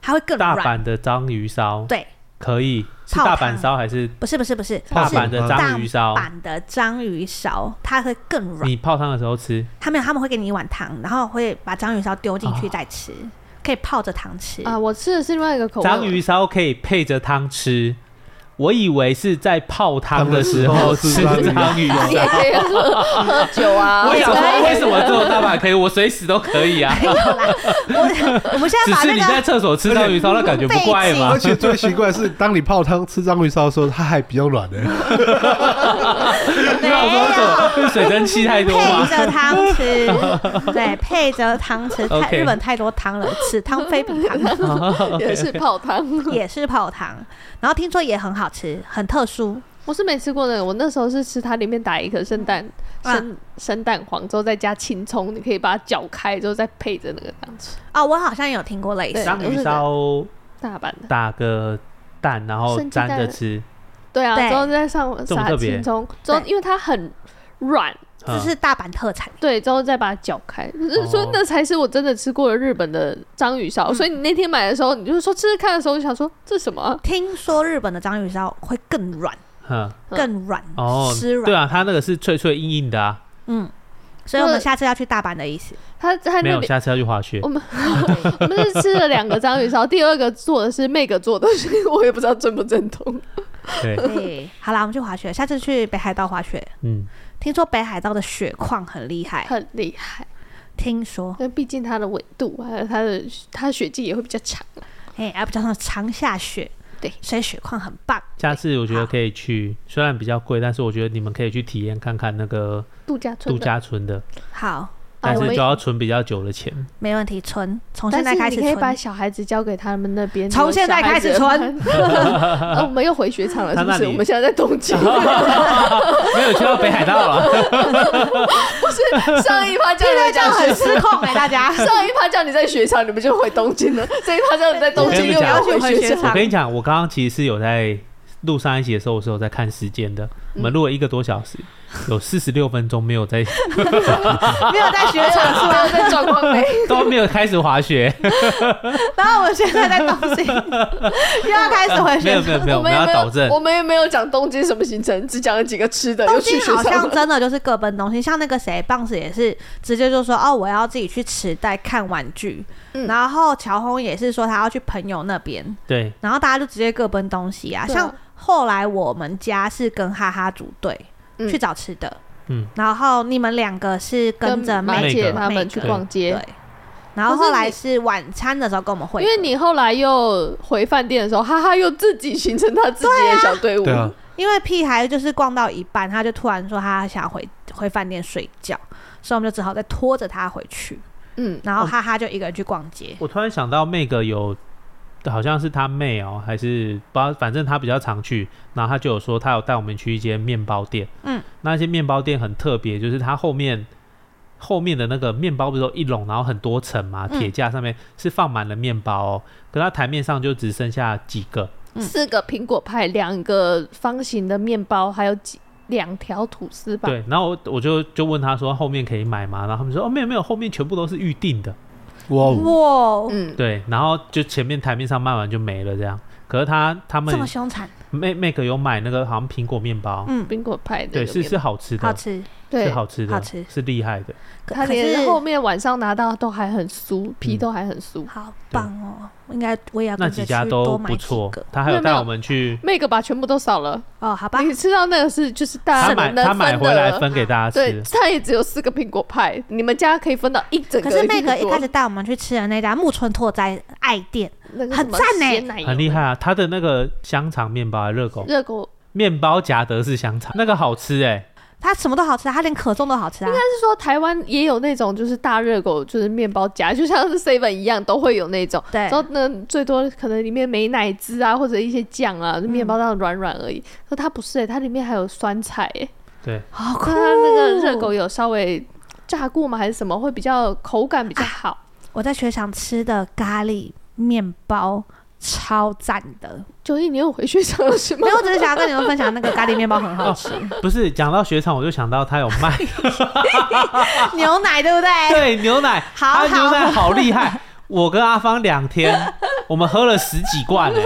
Speaker 3: 它会更
Speaker 5: 大
Speaker 3: 软。
Speaker 5: 阪的章鱼烧
Speaker 3: 对，
Speaker 5: 可以是
Speaker 3: 泡
Speaker 5: 大
Speaker 3: 汤
Speaker 5: 阪烧还是
Speaker 3: 不是不是不是，
Speaker 5: 大
Speaker 3: 是
Speaker 5: 阪的章鱼烧？
Speaker 3: 大阪的章鱼烧，它会更软。
Speaker 5: 你泡汤的时候吃，
Speaker 3: 他们他们会给你一碗汤，然后会把章鱼烧丢进去
Speaker 5: 哦
Speaker 3: 再吃，可以泡着汤吃。
Speaker 4: 啊，我吃的是另外一个口味，
Speaker 5: 章鱼烧可以配着汤吃。我以为是在泡汤的时候吃
Speaker 2: 汤的时候吃 [laughs]
Speaker 5: 章鱼
Speaker 4: 也
Speaker 5: 烧。
Speaker 4: 可以喝喝酒啊，
Speaker 5: 我想说，为
Speaker 4: 对
Speaker 5: 什么只有大阪可以？我随时都可
Speaker 3: [laughs]
Speaker 5: 以啊。
Speaker 3: 没有啦，我我们现
Speaker 5: 只
Speaker 3: 在把
Speaker 5: 是
Speaker 3: 那
Speaker 5: 你在
Speaker 3: 个
Speaker 5: 厕所吃章鱼烧，那感觉不怪吗
Speaker 2: [laughs] 而？且最奇怪的是，当你泡汤吃章鱼烧的时候，它还比较软的。
Speaker 3: [laughs]
Speaker 5: 你想说什么？水蒸气太多
Speaker 3: 配
Speaker 5: 啊吗？
Speaker 3: 着汤吃，
Speaker 5: [laughs]
Speaker 3: 对，配着汤吃。太
Speaker 5: OK
Speaker 3: 日本太多汤了，此汤非彼汤，
Speaker 5: [laughs]
Speaker 4: 也是泡汤。
Speaker 3: 也是泡汤。然后听说也很好吃，很特殊。
Speaker 4: 我是没吃过的，我那时候是吃它里面打一颗生蛋
Speaker 3: 啊
Speaker 4: 生生蛋黄，之后再加青葱，你可以把它搅开，之后再配着那个这样吃。
Speaker 3: 哦，我好像有听过类似
Speaker 4: 对
Speaker 5: 章鱼烧
Speaker 4: 大阪的，
Speaker 5: 打个蛋，然后
Speaker 4: 生鸡
Speaker 5: 沾
Speaker 4: 蛋
Speaker 5: 着吃，
Speaker 4: 对啊，
Speaker 3: 对
Speaker 4: 之后再上
Speaker 5: 这么
Speaker 4: 撒
Speaker 5: 特别
Speaker 4: 青葱，之后
Speaker 3: 对
Speaker 4: 因为它很软，
Speaker 3: 这
Speaker 5: 嗯
Speaker 3: 是大阪特产。
Speaker 4: 对，之后再把它搅开，就是说
Speaker 5: 哦嗯
Speaker 4: 那才是我真的吃过的日本的章鱼烧。所以你那天买的时候，你就是说吃吃看的时候，我就想说这是什么啊？
Speaker 3: 听说日本的章鱼烧会更软，
Speaker 5: 嗯，
Speaker 4: 嗯
Speaker 3: 更软，
Speaker 5: 哦
Speaker 3: 湿，
Speaker 5: 对
Speaker 3: 软。
Speaker 5: 啊，它那个是脆脆硬硬的啊。
Speaker 3: 嗯，所以我们下次要去大阪的意思。
Speaker 4: 它它那
Speaker 5: 没
Speaker 4: 哦
Speaker 5: 有，
Speaker 4: 里。
Speaker 5: 下次要去滑雪
Speaker 4: 我。们我们是吃了两个章
Speaker 5: [laughs]
Speaker 4: 鱼烧，第二个做的是 Meg 做的，所以我也不知道正不正宗。
Speaker 5: 对，
Speaker 3: [laughs]
Speaker 4: [laughs]
Speaker 3: 对，好啦，我们去滑雪，下次去北海道滑雪。
Speaker 5: 嗯，
Speaker 3: 听说北海道的雪况很厉害，
Speaker 4: 很厉害，
Speaker 3: 听说，
Speaker 4: 因为毕竟它的纬度还有它的它雪季也会比较长。
Speaker 3: 哎，还不加上常下雪，
Speaker 4: 对
Speaker 3: 所以雪况很棒。
Speaker 5: 下次我觉得可以去，虽然比较贵，但是我觉得你们可以去体验看看那个
Speaker 4: 度假村的
Speaker 5: 度
Speaker 4: 啊
Speaker 5: 假村的，
Speaker 3: 好，
Speaker 5: 但
Speaker 4: 我
Speaker 5: 是
Speaker 4: 们
Speaker 5: 就要存比较久的钱。 [laughs]
Speaker 3: 没问题，存从现
Speaker 4: 但
Speaker 3: 在开
Speaker 4: 是
Speaker 3: 始
Speaker 4: 你可以把
Speaker 3: 存。
Speaker 4: 小孩子交给他们那边，
Speaker 3: 从现在开始存
Speaker 4: 有 [laughs] 小孩子的班。呃，我们又回雪场了，
Speaker 5: [laughs] 他
Speaker 4: 是不
Speaker 5: 那
Speaker 4: 是？
Speaker 5: 里
Speaker 4: 我们现在在东
Speaker 5: [laughs]
Speaker 4: 京，
Speaker 5: 没有去到北海道
Speaker 4: [laughs]
Speaker 5: 啊了，
Speaker 4: 上一趴叫
Speaker 3: 现在
Speaker 4: 你
Speaker 3: 这样
Speaker 4: 在
Speaker 3: 很
Speaker 4: 雪，
Speaker 3: 失控哎、大
Speaker 4: [laughs]
Speaker 3: 家
Speaker 4: 上一趴叫你在雪场，你们就回东京了；这一趴叫你在东京，又要回雪
Speaker 5: 我
Speaker 4: 场。
Speaker 5: 跟你讲，我刚刚其实是有在录上一集的时候，我是有在看时间
Speaker 4: 嗯
Speaker 5: 的。我们录了一个多小时，有四十六分钟没有在 [laughs]
Speaker 3: 没有在学
Speaker 4: 雪
Speaker 3: [laughs] 场，
Speaker 4: 场又在状况内，
Speaker 5: 都没有开始滑雪，
Speaker 3: [laughs]
Speaker 5: [laughs]
Speaker 3: 然后我现在在东京，又要开始回
Speaker 5: 没有
Speaker 3: 学
Speaker 5: 没有
Speaker 4: 我们
Speaker 5: 没有，我们
Speaker 4: 也
Speaker 5: 要
Speaker 4: 没
Speaker 5: 导正
Speaker 4: 有，我。们也没有讲东京什么行程，只讲了几个吃的，
Speaker 3: 东
Speaker 4: 又去
Speaker 3: 京
Speaker 4: 雪
Speaker 3: 好
Speaker 4: 场
Speaker 3: 像
Speaker 4: 了。
Speaker 3: 真的就是各奔东西，像那个谁，棒子也是直接就说哦，我要自己去池袋看玩具，
Speaker 4: 嗯
Speaker 3: 然后乔红也是说他要去朋友那边，
Speaker 5: 对，
Speaker 3: 然后大家就直接各奔东西啊。
Speaker 4: 对啊
Speaker 3: 像后来我们家是跟哈哈组队、
Speaker 4: 嗯
Speaker 3: 去找吃的，
Speaker 5: 嗯，
Speaker 3: 然后你们两个是跟着
Speaker 5: 马
Speaker 3: 妹
Speaker 4: 梅
Speaker 5: 妹
Speaker 4: 姐
Speaker 5: 姐
Speaker 4: 他
Speaker 3: 他
Speaker 4: 们
Speaker 3: 们
Speaker 4: 去
Speaker 3: 去
Speaker 5: 逛
Speaker 4: 逛街，
Speaker 3: 对，然后
Speaker 4: 可是
Speaker 3: 后来
Speaker 4: 你
Speaker 3: 是晚餐的时候跟我们会
Speaker 4: 因
Speaker 3: 合，
Speaker 4: 为你后来又回饭店的时候，哈哈，又自己形成他自己的小队伍。
Speaker 2: 对啊，
Speaker 3: 因为屁孩就是逛到一半，他就突然说他想回回饭店睡觉，所以我们就只好再拖着他回去，
Speaker 4: 嗯，
Speaker 5: 哦
Speaker 3: 然后哈哈就一个人去逛街。
Speaker 5: 我突然想到 Meg 有，呃好像是他妹哦、还是不知道，反正他比较常去，然后他就有说他有带我们去一间面包店，
Speaker 3: 嗯，
Speaker 5: 那些面包店很特别，就是它后面后面的那个面包不是都一笼，然后很多层嘛，
Speaker 3: 嗯
Speaker 5: 铁架上面是放满了面包哦、可它台面上就只剩下几个，
Speaker 3: 嗯
Speaker 4: 四个苹果派，两个方形的面包，还有几两条吐司吧。
Speaker 5: 对，然后我我就就问他说后面可以买吗？然后他们说哦没有没有，后面全部都是预定的，
Speaker 2: 哇哦，
Speaker 3: 哇，
Speaker 4: 嗯，
Speaker 5: 对，然后就前面台面上卖完就没了这样。可是他他
Speaker 4: 嗯
Speaker 5: 们
Speaker 3: 这么凶残，
Speaker 5: Meg Meg 有买那个好像苹果面包，
Speaker 3: 嗯，
Speaker 4: 苹果派的有
Speaker 5: 对，
Speaker 4: 面
Speaker 5: 是是好吃的，
Speaker 3: 好吃。
Speaker 5: 是
Speaker 4: 对，
Speaker 5: 好吃的，
Speaker 3: 好吃
Speaker 5: 是厉害的。
Speaker 3: 可
Speaker 4: 他
Speaker 3: 可是
Speaker 4: 连后面晚上拿到都还很酥，皮
Speaker 5: 嗯
Speaker 4: 都还很酥。
Speaker 3: 好棒哦，应该我也要
Speaker 5: 那
Speaker 3: 跟着
Speaker 5: 几
Speaker 3: 去
Speaker 5: 家都
Speaker 3: 多买
Speaker 5: 不
Speaker 3: 几
Speaker 5: 错
Speaker 3: 个，
Speaker 5: 他还有
Speaker 4: 没有
Speaker 5: 带
Speaker 4: 没有
Speaker 5: 我们
Speaker 4: [laughs]
Speaker 5: 去，
Speaker 4: 那个把全部都少
Speaker 3: [laughs]
Speaker 4: 了，
Speaker 3: 哦，好吧，
Speaker 4: 你吃到那个是就是大
Speaker 5: 他
Speaker 4: 家
Speaker 5: 买
Speaker 4: 啊能
Speaker 5: 他买
Speaker 4: 分
Speaker 5: 回来
Speaker 4: 的。
Speaker 5: 分给大家
Speaker 4: [laughs] 对，
Speaker 5: 吃。
Speaker 4: 他也只有四个苹果派，你们家可以分到一整个。
Speaker 3: 可是那个一
Speaker 4: 一定多
Speaker 3: 开始带我们去吃的那家木村拓哉爱店，
Speaker 4: 那个
Speaker 3: 很
Speaker 4: 什么
Speaker 3: 赞欸呢
Speaker 4: 鲜奶油
Speaker 5: 很厉害啊！他的那个香肠面包啊，热
Speaker 3: 哦
Speaker 5: 狗
Speaker 4: 热狗
Speaker 5: 面包夹德式香肠，那个好吃哎、
Speaker 3: 它什么都好吃，它连可颂都好吃啊。
Speaker 4: 但是说台湾也有那种就是大热狗，就是面包夹，就像是 seven 一样，都会有那种。
Speaker 3: 对
Speaker 4: 然后呢，最多可能里面没奶汁啊，或者一些酱啊，面包上软软
Speaker 3: 嗯
Speaker 4: 而已。可它不是、欸，它里面还有酸菜、欸。
Speaker 3: 哦
Speaker 5: 对，
Speaker 3: 好酷哦
Speaker 4: 它那个热狗，有稍微炸过吗？还是什么？会比较口感比较好。
Speaker 3: [laughs] 我在雪场吃的咖喱面包超赞
Speaker 4: [laughs]
Speaker 3: 的，
Speaker 4: 九一，你有回学 [laughs] 校了是吗
Speaker 3: 没？有，我只是想要跟你们分享那个咖喱面包很好
Speaker 5: [laughs]
Speaker 3: 吃，
Speaker 5: 不是讲到雪场，我就想到他有卖
Speaker 3: 牛奶对不对？
Speaker 5: 对牛奶，
Speaker 3: 好
Speaker 5: 他牛奶好厉害。我跟阿芳两天，我们喝了十几罐哎、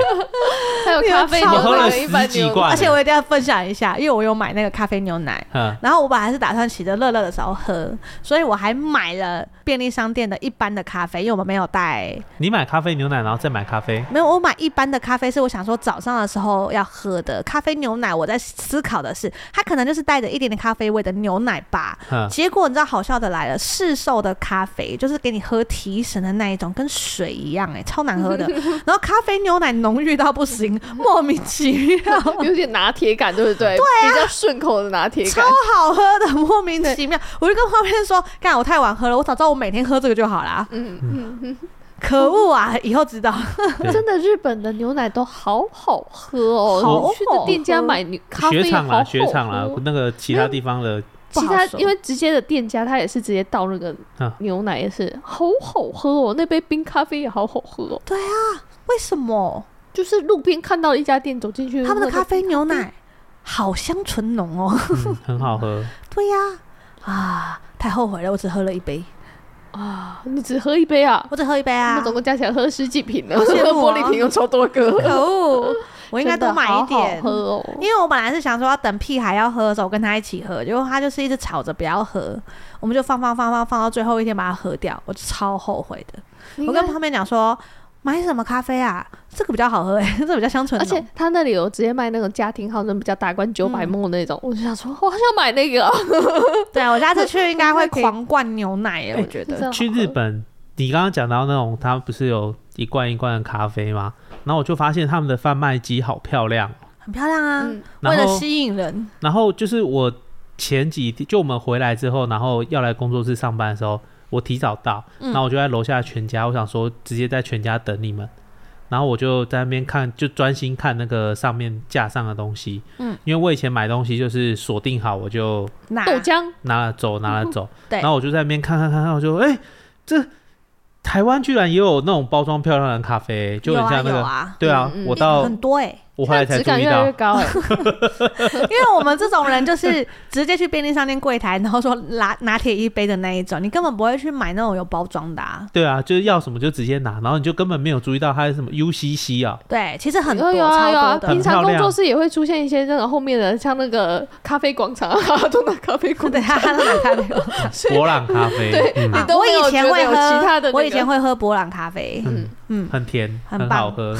Speaker 4: 还有咖啡
Speaker 3: 你们
Speaker 4: 牛
Speaker 3: 超
Speaker 4: 奶
Speaker 5: 我喝了
Speaker 4: 跟一般
Speaker 5: 十几
Speaker 4: 牛奶
Speaker 5: 罐欸
Speaker 3: 而且我一定要分享一下，因为我有买那个咖啡牛奶，
Speaker 5: 嗯，
Speaker 3: 然后我本来是打算洗着热热的时候喝，所以我还买了便利商店的一般的咖啡，因为我们没有带，
Speaker 5: 你买咖啡牛奶，然后再买咖啡，
Speaker 3: 没有我买一般的咖啡是我想说早上的时候要喝的咖啡牛奶。我在思考的是，它可能就是带着一点点咖啡味的牛奶吧。
Speaker 5: 嗯，
Speaker 3: 结果你知道好笑的来了，市售的咖啡就是给你喝提神的那一种，跟水一样、哎，超难喝的。然后咖啡牛奶浓郁到不行，莫名其妙，
Speaker 4: [laughs] 有点拿铁感，对不对？对、比较顺口的拿铁
Speaker 3: 啊超
Speaker 4: 感。
Speaker 3: 好喝的，莫名其妙。我就跟花片说，干，我太晚喝了，我早知道我每天喝这个就好啦。
Speaker 4: 嗯嗯嗯，
Speaker 3: 可恶啊！以后知道，
Speaker 5: 对
Speaker 4: 真的，日本的牛奶都好好喝哦！
Speaker 3: 好
Speaker 4: 你去的
Speaker 3: 好
Speaker 4: 店家
Speaker 3: 喝
Speaker 4: 买牛咖啡
Speaker 5: 雪场
Speaker 4: 好
Speaker 5: 啦，
Speaker 4: 好
Speaker 5: 雪场啦
Speaker 4: 喝，
Speaker 5: 那个其他地方的
Speaker 3: 不
Speaker 4: [laughs] 其
Speaker 3: 好
Speaker 4: 他
Speaker 3: 说
Speaker 4: 因为直接的店家他也是直接倒那个
Speaker 5: 啊
Speaker 4: 牛奶，也是好好喝哦，那杯冰咖啡也好好喝哦。
Speaker 3: 为什么
Speaker 4: 就是路边看到一家店走进去，
Speaker 3: 他们的
Speaker 4: 那个
Speaker 3: 咖啡牛奶好香醇浓
Speaker 4: [laughs]
Speaker 3: 哦？
Speaker 5: 嗯很好喝。
Speaker 3: 对呀、啊，太后悔了，我只喝了一杯，
Speaker 4: 啊，你只喝一杯啊？
Speaker 3: 我只喝一杯
Speaker 4: 他
Speaker 3: 啊
Speaker 4: 们，总共加起来喝十几瓶呢，
Speaker 3: 羡慕
Speaker 4: 玻
Speaker 3: 啊
Speaker 4: 璃瓶有超多
Speaker 3: 可
Speaker 4: 个，
Speaker 3: 恶！我应该多买一
Speaker 4: 真
Speaker 3: 点
Speaker 4: 的好好，喝哦。
Speaker 3: 因为我本来是想说要等屁孩要喝的时候我跟他一起喝，结果他就是一直吵着不要喝，我们就放放放放放到最后一天把它喝掉，我超后悔的。
Speaker 4: 你
Speaker 3: 我
Speaker 4: 应该
Speaker 3: 跟旁边讲说。买什么咖啡啊？这个比较好喝哎、 [laughs] 这个比较香醇
Speaker 4: 而
Speaker 3: 浓。
Speaker 4: 且他那里有直接卖那种家庭号称比较大罐九百
Speaker 3: 嗯
Speaker 4: 梦那种，我就想说，我好想买那个啊，
Speaker 3: 对我下次去应该会
Speaker 4: 那可以
Speaker 3: 狂灌牛奶哎、我觉
Speaker 4: 真
Speaker 3: 得
Speaker 4: 的好
Speaker 5: 去
Speaker 4: 喝
Speaker 5: 日本，你刚刚讲到那种，他不是有一罐一罐的咖啡吗？然后我就发现他们的贩卖机好漂亮哦，
Speaker 3: 很漂亮啊。
Speaker 4: 嗯
Speaker 5: 然
Speaker 3: 为了
Speaker 5: 后
Speaker 3: 吸引人，
Speaker 5: 然后就是我前几天就我们回来之后，然后要来工作室上班的时候，我提早到，然后我就在楼下全家，我想说直接在全家等你们，然后我就在那边看，就专心看那个上面架上的东西，
Speaker 3: 嗯，
Speaker 5: 因为我以前买东西就是锁定好我就
Speaker 3: 那
Speaker 4: 豆浆
Speaker 5: 拿了走，拿了走，
Speaker 3: 对
Speaker 5: 然后我就在那边看看看看，我就哎、这台湾居然也有那种包装漂亮的咖啡，就
Speaker 3: 有
Speaker 5: 很
Speaker 3: 啊
Speaker 5: 像那个，
Speaker 3: 有啊，
Speaker 5: 对啊，
Speaker 4: 嗯嗯
Speaker 5: 我到
Speaker 3: 很多哎、
Speaker 5: 我后来
Speaker 4: 它
Speaker 5: 才
Speaker 4: 质
Speaker 5: 注
Speaker 4: 感
Speaker 5: 意
Speaker 4: 越来
Speaker 5: 到
Speaker 3: [laughs]
Speaker 4: 越，高哎、
Speaker 3: 因为我们这种人就是直接去便利商店柜台，然后说拿拿铁一杯的那一种，你根本不会去买那种有包装的、啊。
Speaker 5: 对啊，就是要什么就直接拿，然后你就根本没有注意到它是什么 UCC 啊，
Speaker 3: 对，其实很多、
Speaker 4: 有啊有啊，
Speaker 3: 超多的
Speaker 4: 平，
Speaker 5: 很漂
Speaker 4: 常工
Speaker 5: 亮
Speaker 4: 作室也会出现一些那种后面的，像那个咖啡广场啊， [laughs] 都拿咖啡广
Speaker 3: 对，
Speaker 4: 场，
Speaker 3: 哈哈拉
Speaker 5: 嗯
Speaker 3: 咖啡广场。
Speaker 5: 博朗咖啡，
Speaker 4: 对
Speaker 5: 嗯
Speaker 4: 你都
Speaker 3: 我
Speaker 4: 没有
Speaker 3: 以前
Speaker 4: 觉得
Speaker 3: 会
Speaker 4: 有
Speaker 3: 喝，
Speaker 4: 其他的那
Speaker 3: 我以
Speaker 4: 个
Speaker 3: 前会喝博朗咖啡， [laughs]
Speaker 5: 嗯，
Speaker 3: 嗯，
Speaker 5: 很甜，
Speaker 3: 很
Speaker 5: 很
Speaker 3: 棒
Speaker 5: 好喝，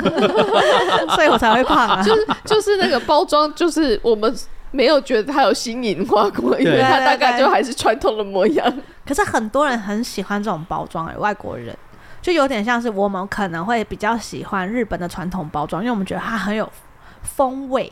Speaker 3: 所以我才会胖
Speaker 4: [laughs]
Speaker 3: 啊。
Speaker 4: 就是就是那个包装，就是我们没有觉得它有新颖化过，因为
Speaker 5: 对
Speaker 4: 它大概
Speaker 3: 对对
Speaker 4: 就还是传统的模
Speaker 5: [laughs]
Speaker 4: 样。
Speaker 3: 可是很多人很喜欢这种包装、欸，外国人就有点像是我们可能会比较喜欢日本的传统包装，因为我们觉得它很有风味。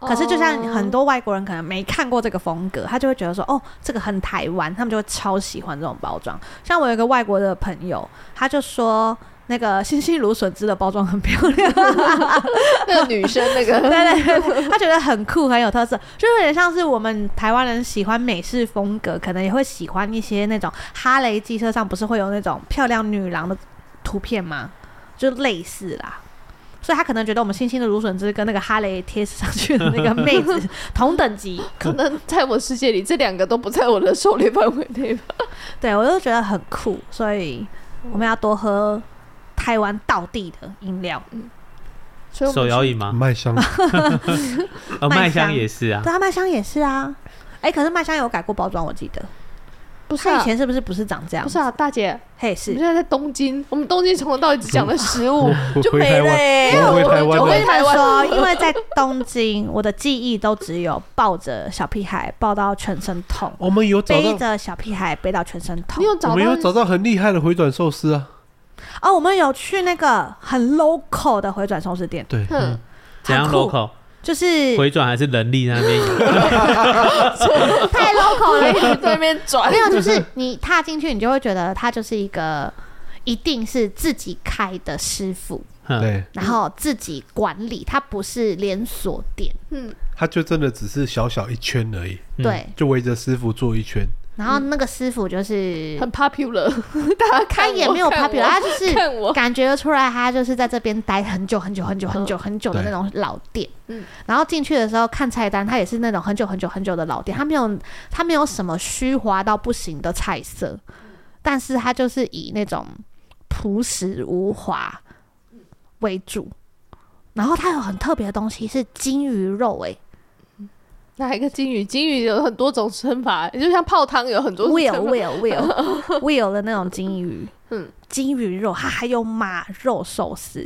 Speaker 4: 哦
Speaker 3: 可是就像很多外国人可能没看过这个风格，他就会觉得说，哦，这个很台湾，他们就会超喜欢这种包装。像我有一个外国的朋友，他就说。那个星星芦笋汁的包装很漂亮，
Speaker 4: 那个女生
Speaker 5: [laughs]
Speaker 4: 那个
Speaker 3: 对对对，他觉得很酷，很有特色，就有点像是我们台湾人喜欢美式风格，可能也会喜欢一些那种哈雷机车上不是会有那种漂亮女郎的图片吗？就类似啦。所以他可能觉得我们星星的芦笋汁跟那个哈雷贴上去的那个妹子同等级，
Speaker 4: 可能在我世界里，这两个都不在我的狩猎范围内吧。
Speaker 3: 对我就觉得很酷，所以我们要多喝台湾道地的饮料。
Speaker 4: 所以我
Speaker 5: 手
Speaker 4: 们
Speaker 5: 摇
Speaker 4: 去
Speaker 5: 椅吗？
Speaker 2: 麦香
Speaker 5: 呃，
Speaker 3: 麦
Speaker 5: 麦香
Speaker 3: 香
Speaker 5: 也是啊，
Speaker 3: 对啊，麦香也是啊。哎、可是麦香有改过包装，我记得。
Speaker 4: 不是
Speaker 3: 它以
Speaker 4: 啊，
Speaker 3: 前是不是不是长这样？
Speaker 4: 不是，啊，大姐，
Speaker 3: 嘿
Speaker 4: 我
Speaker 3: 是
Speaker 4: 们。现在在东京，我们东京从头到尾只讲了食物，
Speaker 2: 回
Speaker 4: 就
Speaker 2: 回
Speaker 4: 没
Speaker 2: 台
Speaker 4: 了
Speaker 2: 湾，
Speaker 4: 欸。
Speaker 2: 我们回台湾
Speaker 3: 哎
Speaker 4: 我
Speaker 3: 我
Speaker 2: 了
Speaker 3: 跟
Speaker 4: 回
Speaker 3: 你
Speaker 4: 台
Speaker 3: 们
Speaker 4: 湾
Speaker 3: 说，因为在东京，我的记忆都只有抱着小屁孩抱到全身痛，
Speaker 2: 我们有找
Speaker 3: 背
Speaker 2: 到，
Speaker 3: 着小屁孩背到全身痛
Speaker 4: 你。有
Speaker 2: 我
Speaker 4: 找到？
Speaker 2: 们有找到很厉害的回转寿司啊！
Speaker 3: 哦，我们有去那个很 local 的回转寿司店，
Speaker 2: 对，
Speaker 4: 哼，
Speaker 5: 怎样
Speaker 3: 很酷
Speaker 5: local
Speaker 3: 就是
Speaker 5: 回转还是人力那边有？
Speaker 3: 太 local 了
Speaker 4: 一直在那边 [laughs] 转
Speaker 3: 没。有，就是你踏进去，你就会觉得他就是一个一定是自己开的师傅，
Speaker 5: 嗯
Speaker 2: 对，
Speaker 3: 然后自己管理，他不是连锁店，
Speaker 4: 嗯，
Speaker 2: 它就真的只是小小一圈而已，
Speaker 5: 嗯
Speaker 3: 对。
Speaker 2: 就围着师傅做一圈。
Speaker 3: 然后那个师傅就是
Speaker 4: 很 popular，大 [laughs] 家
Speaker 3: 他
Speaker 4: 看
Speaker 3: 也
Speaker 4: 我
Speaker 3: 没有
Speaker 4: 看
Speaker 3: popular，
Speaker 4: 我
Speaker 3: 他就是
Speaker 4: 看我，
Speaker 3: 感觉得出来，他就是在这边待很久很久很久很久很久的
Speaker 2: 对
Speaker 3: 那种老店。
Speaker 4: 嗯
Speaker 3: 然后进去的时候看菜单，他也是那种很久很久很久的老店，他没
Speaker 4: 嗯
Speaker 3: 有他没有什么虚华到不行的菜色，
Speaker 4: 嗯
Speaker 3: 但是他就是以那种朴实无华为主。然后它有很特别的东西是金鱼肉、欸，
Speaker 4: 哪一个金鱼？金鱼有很多种称法，就像泡汤有很多种
Speaker 3: will
Speaker 4: 称法。
Speaker 3: will will will 的那种金鱼，
Speaker 4: [laughs] 嗯
Speaker 3: 金鱼肉，它还有马肉寿司，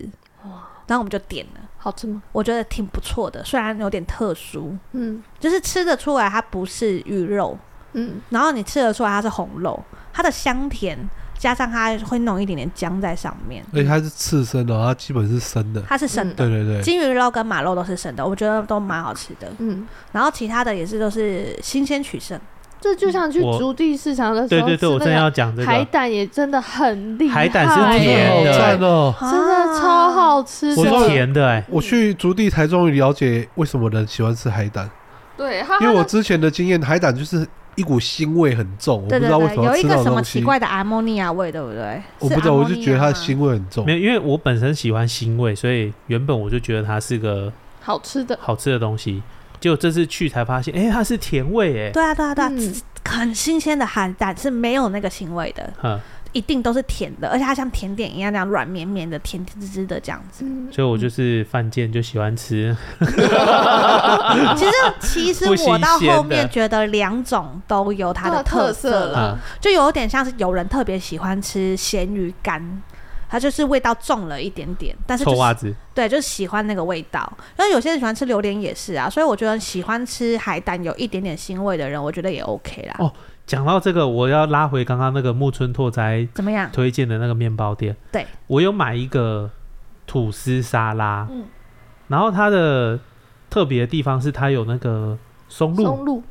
Speaker 3: 然后我们就点了。
Speaker 4: [laughs] 好吃吗？
Speaker 3: 我觉得挺不错的，虽然有点特殊，
Speaker 4: 嗯
Speaker 3: 就是吃得出来它不是鱼肉，
Speaker 4: 嗯，
Speaker 3: 然后你吃得出来它是红肉，它的香甜加上它会弄一点点姜在上面，
Speaker 2: 而且哎它是刺身的，它基本是生的。
Speaker 3: 它是
Speaker 4: 嗯
Speaker 3: 生的。
Speaker 2: 对对对，
Speaker 3: 金鱼肉跟马肉都是生的，我觉得都蛮好吃的。
Speaker 4: 嗯，
Speaker 3: 然后其他的也是都是新鲜取胜，
Speaker 4: 这就像去
Speaker 5: 我
Speaker 4: 竹地市场的时
Speaker 5: 对
Speaker 4: 候，
Speaker 5: 对对，我
Speaker 4: 吃
Speaker 5: 正
Speaker 4: 那
Speaker 5: 要讲这
Speaker 4: 个海
Speaker 5: 个，
Speaker 4: 胆也真的很厉害，
Speaker 5: 海胆是甜
Speaker 2: 好
Speaker 5: 的欸
Speaker 2: 赞哦！
Speaker 3: 嗯
Speaker 4: 真的超
Speaker 3: 啊。
Speaker 4: 好吃
Speaker 5: 是
Speaker 4: 的。
Speaker 5: 甜的哎，
Speaker 2: 我去竹地台终于了解为什么人喜欢吃海胆，
Speaker 4: 对，
Speaker 2: [laughs]
Speaker 4: 它
Speaker 2: 因为
Speaker 3: 啊
Speaker 4: 它
Speaker 2: 我
Speaker 4: 的
Speaker 2: 之前的经验，海胆就是一股腥味很重，我不
Speaker 3: 对
Speaker 2: 知
Speaker 3: 对
Speaker 2: 道为什
Speaker 3: 对，
Speaker 2: 么
Speaker 3: 有
Speaker 2: 要
Speaker 3: 一
Speaker 2: 吃那
Speaker 3: 个
Speaker 2: 种
Speaker 3: 什么
Speaker 2: 东
Speaker 3: 奇
Speaker 2: 西，
Speaker 3: 怪的阿莫尼亚味，对不对？
Speaker 2: 我
Speaker 3: 是
Speaker 2: 不知道，我就
Speaker 3: ammonia
Speaker 2: 觉得它的
Speaker 3: 吗
Speaker 2: 腥味很重
Speaker 5: 没。有，因为我本身喜欢腥味，所以原本我就觉得它是个
Speaker 4: 好吃的，
Speaker 5: 好吃的东西，结果这次去才发现，哎，它是甜味哎，
Speaker 3: 对啊对啊对啊，
Speaker 4: 嗯
Speaker 3: 很新鲜的海胆是没有那个腥味的。
Speaker 5: 嗯，
Speaker 3: 一定都是甜的，而且它像甜点一样，那样软绵绵的、甜滋滋的这样子。
Speaker 4: 嗯
Speaker 5: 所以我就是犯贱，就喜欢吃，
Speaker 3: 其实，其
Speaker 5: 不
Speaker 3: 实
Speaker 5: 新
Speaker 3: 我到
Speaker 5: 鲜
Speaker 3: 后
Speaker 5: 的
Speaker 3: 面觉得两种都有它的
Speaker 4: 特
Speaker 3: 色
Speaker 4: 色
Speaker 3: 了，
Speaker 5: 嗯
Speaker 3: [laughs]
Speaker 4: 了，
Speaker 3: 就有点像是有人特别喜欢吃咸鱼干。它就是味道重了一点点，但是、就
Speaker 5: 臭
Speaker 3: 是、
Speaker 5: 袜子，
Speaker 3: 对，就是喜欢那个味道。然后有些人喜欢吃榴莲也是啊，所以我觉得喜欢吃海胆有一点点腥味的人，我觉得也 OK 啦。
Speaker 5: 哦讲到这个，我要拉回刚刚那个木村拓哉
Speaker 3: 怎么样？
Speaker 5: 推荐的那个面包店，
Speaker 3: 对
Speaker 5: 我有买一个吐司沙拉，
Speaker 3: 嗯
Speaker 5: 然后它的特别的地方是它有那个松露，
Speaker 4: 松露，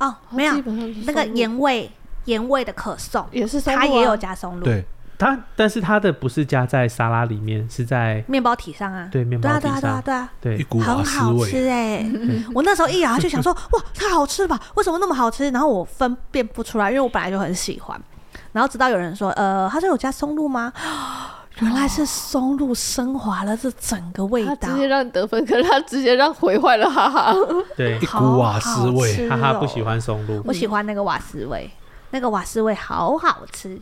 Speaker 3: 哦，没有
Speaker 4: 基本上就是
Speaker 3: 那个
Speaker 4: 松露
Speaker 3: 盐味盐味的可颂，
Speaker 4: 也是松露
Speaker 3: 它
Speaker 4: 啊
Speaker 3: 也有加松露，
Speaker 2: 对，
Speaker 5: 它但是它的不是加在沙拉里面，是在
Speaker 3: 面包体上啊，
Speaker 5: 对面包
Speaker 3: 啊
Speaker 5: 体
Speaker 3: 对啊对啊
Speaker 5: 上，
Speaker 3: 对啊，
Speaker 5: 对
Speaker 2: 一股瓦
Speaker 3: 很
Speaker 2: 斯
Speaker 3: 好
Speaker 2: 味，嗯
Speaker 3: 吃哎、 [laughs] 我那时候一咬下去想说，哇，太好吃了吧？为什么那么好吃？然后我分辨不出来，因为我本来就很喜欢。然后直到有人说，呃，它是有加松
Speaker 2: [gasps]
Speaker 3: 露吗？原来是松露升华了这整个味
Speaker 4: 他
Speaker 3: 道
Speaker 4: 直，接让你得分，可是他直接让毁坏了，哈哈。
Speaker 5: 对，
Speaker 2: 一股瓦斯味
Speaker 3: 好好吃哦哦
Speaker 5: 哈哈不喜，欢松露，
Speaker 3: 我喜欢那个瓦斯味。那个瓦斯味好好吃，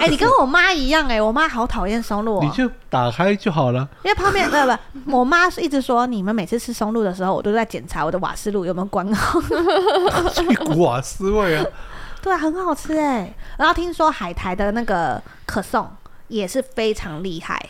Speaker 3: 哎、你跟我妈一样哎、我妈好讨厌松露、哦，
Speaker 2: 你就打开就好
Speaker 3: [laughs]
Speaker 2: 了。
Speaker 3: 因为泡面，呃不不，我妈是一直说你们每次吃松露的时候，我都在检查我的瓦斯炉有没有关好。
Speaker 2: 一股瓦斯味啊！
Speaker 3: 对，很好吃哎。然后听说海苔的那个可颂也是非常厉害，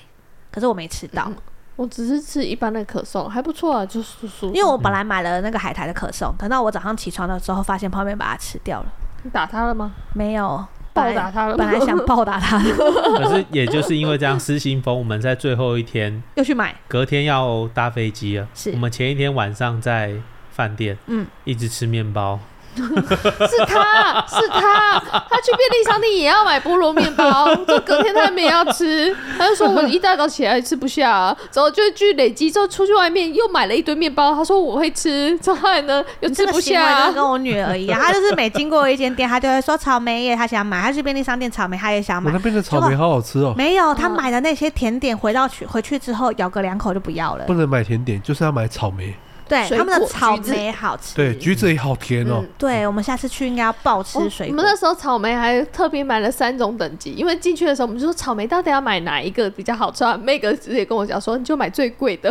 Speaker 3: 可是我没吃到，
Speaker 4: 嗯我只是吃一般的可颂，还不错啊，就酥酥的。
Speaker 3: 因为我本来买了那个海苔的可颂，等到我早上起床的时候，发现泡面把它吃掉了，
Speaker 4: 你打他了吗？
Speaker 3: 没有
Speaker 4: 暴打他了
Speaker 3: 本来
Speaker 4: [laughs]
Speaker 3: 本来想暴打他，
Speaker 5: [laughs] 可是也就是因为这样失心疯，我们在最后一天，
Speaker 3: 又去买，
Speaker 5: 隔天要搭飞机了，
Speaker 3: 是
Speaker 5: 我们前一天晚上在饭店，
Speaker 3: 嗯，
Speaker 5: 一直吃面包，
Speaker 4: 是他，是他，他去便利商店也要买菠萝面包，就隔天他们也要吃。他就说我一大早起来吃不下、啊，然后就去累积，之后出去外面又买了一堆面包。他说我会吃，之后来呢又吃
Speaker 3: 这
Speaker 4: 不
Speaker 3: 个行
Speaker 4: 下、
Speaker 3: 为就是
Speaker 4: 啊。
Speaker 3: 跟我女儿一样，她就是每经过一间店，她就会说草莓耶，她想买；她去便利商店草莓，她也想
Speaker 2: 我
Speaker 3: 买
Speaker 2: 那。边的草莓好好吃哦，
Speaker 3: 没有，她
Speaker 4: 嗯
Speaker 3: 买的那些甜点，回到去回去之后咬个两口就不要了
Speaker 2: 不。能买甜点，就是要买草莓。
Speaker 3: 对，
Speaker 4: 水
Speaker 3: 他们的
Speaker 4: 果
Speaker 3: 草
Speaker 4: 橘子
Speaker 3: 莓好吃。
Speaker 2: 对，橘子也好甜哦
Speaker 4: 嗯。
Speaker 3: 对，我们下次去应该要暴吃水
Speaker 4: 哦我
Speaker 3: 果。
Speaker 4: 们那时候草莓还特别买了三种等级，因为进去的时候我们就说草莓到底要买哪一个比较好吃啊？妹哥直接跟我讲说你就买最贵
Speaker 3: [laughs]
Speaker 4: 的，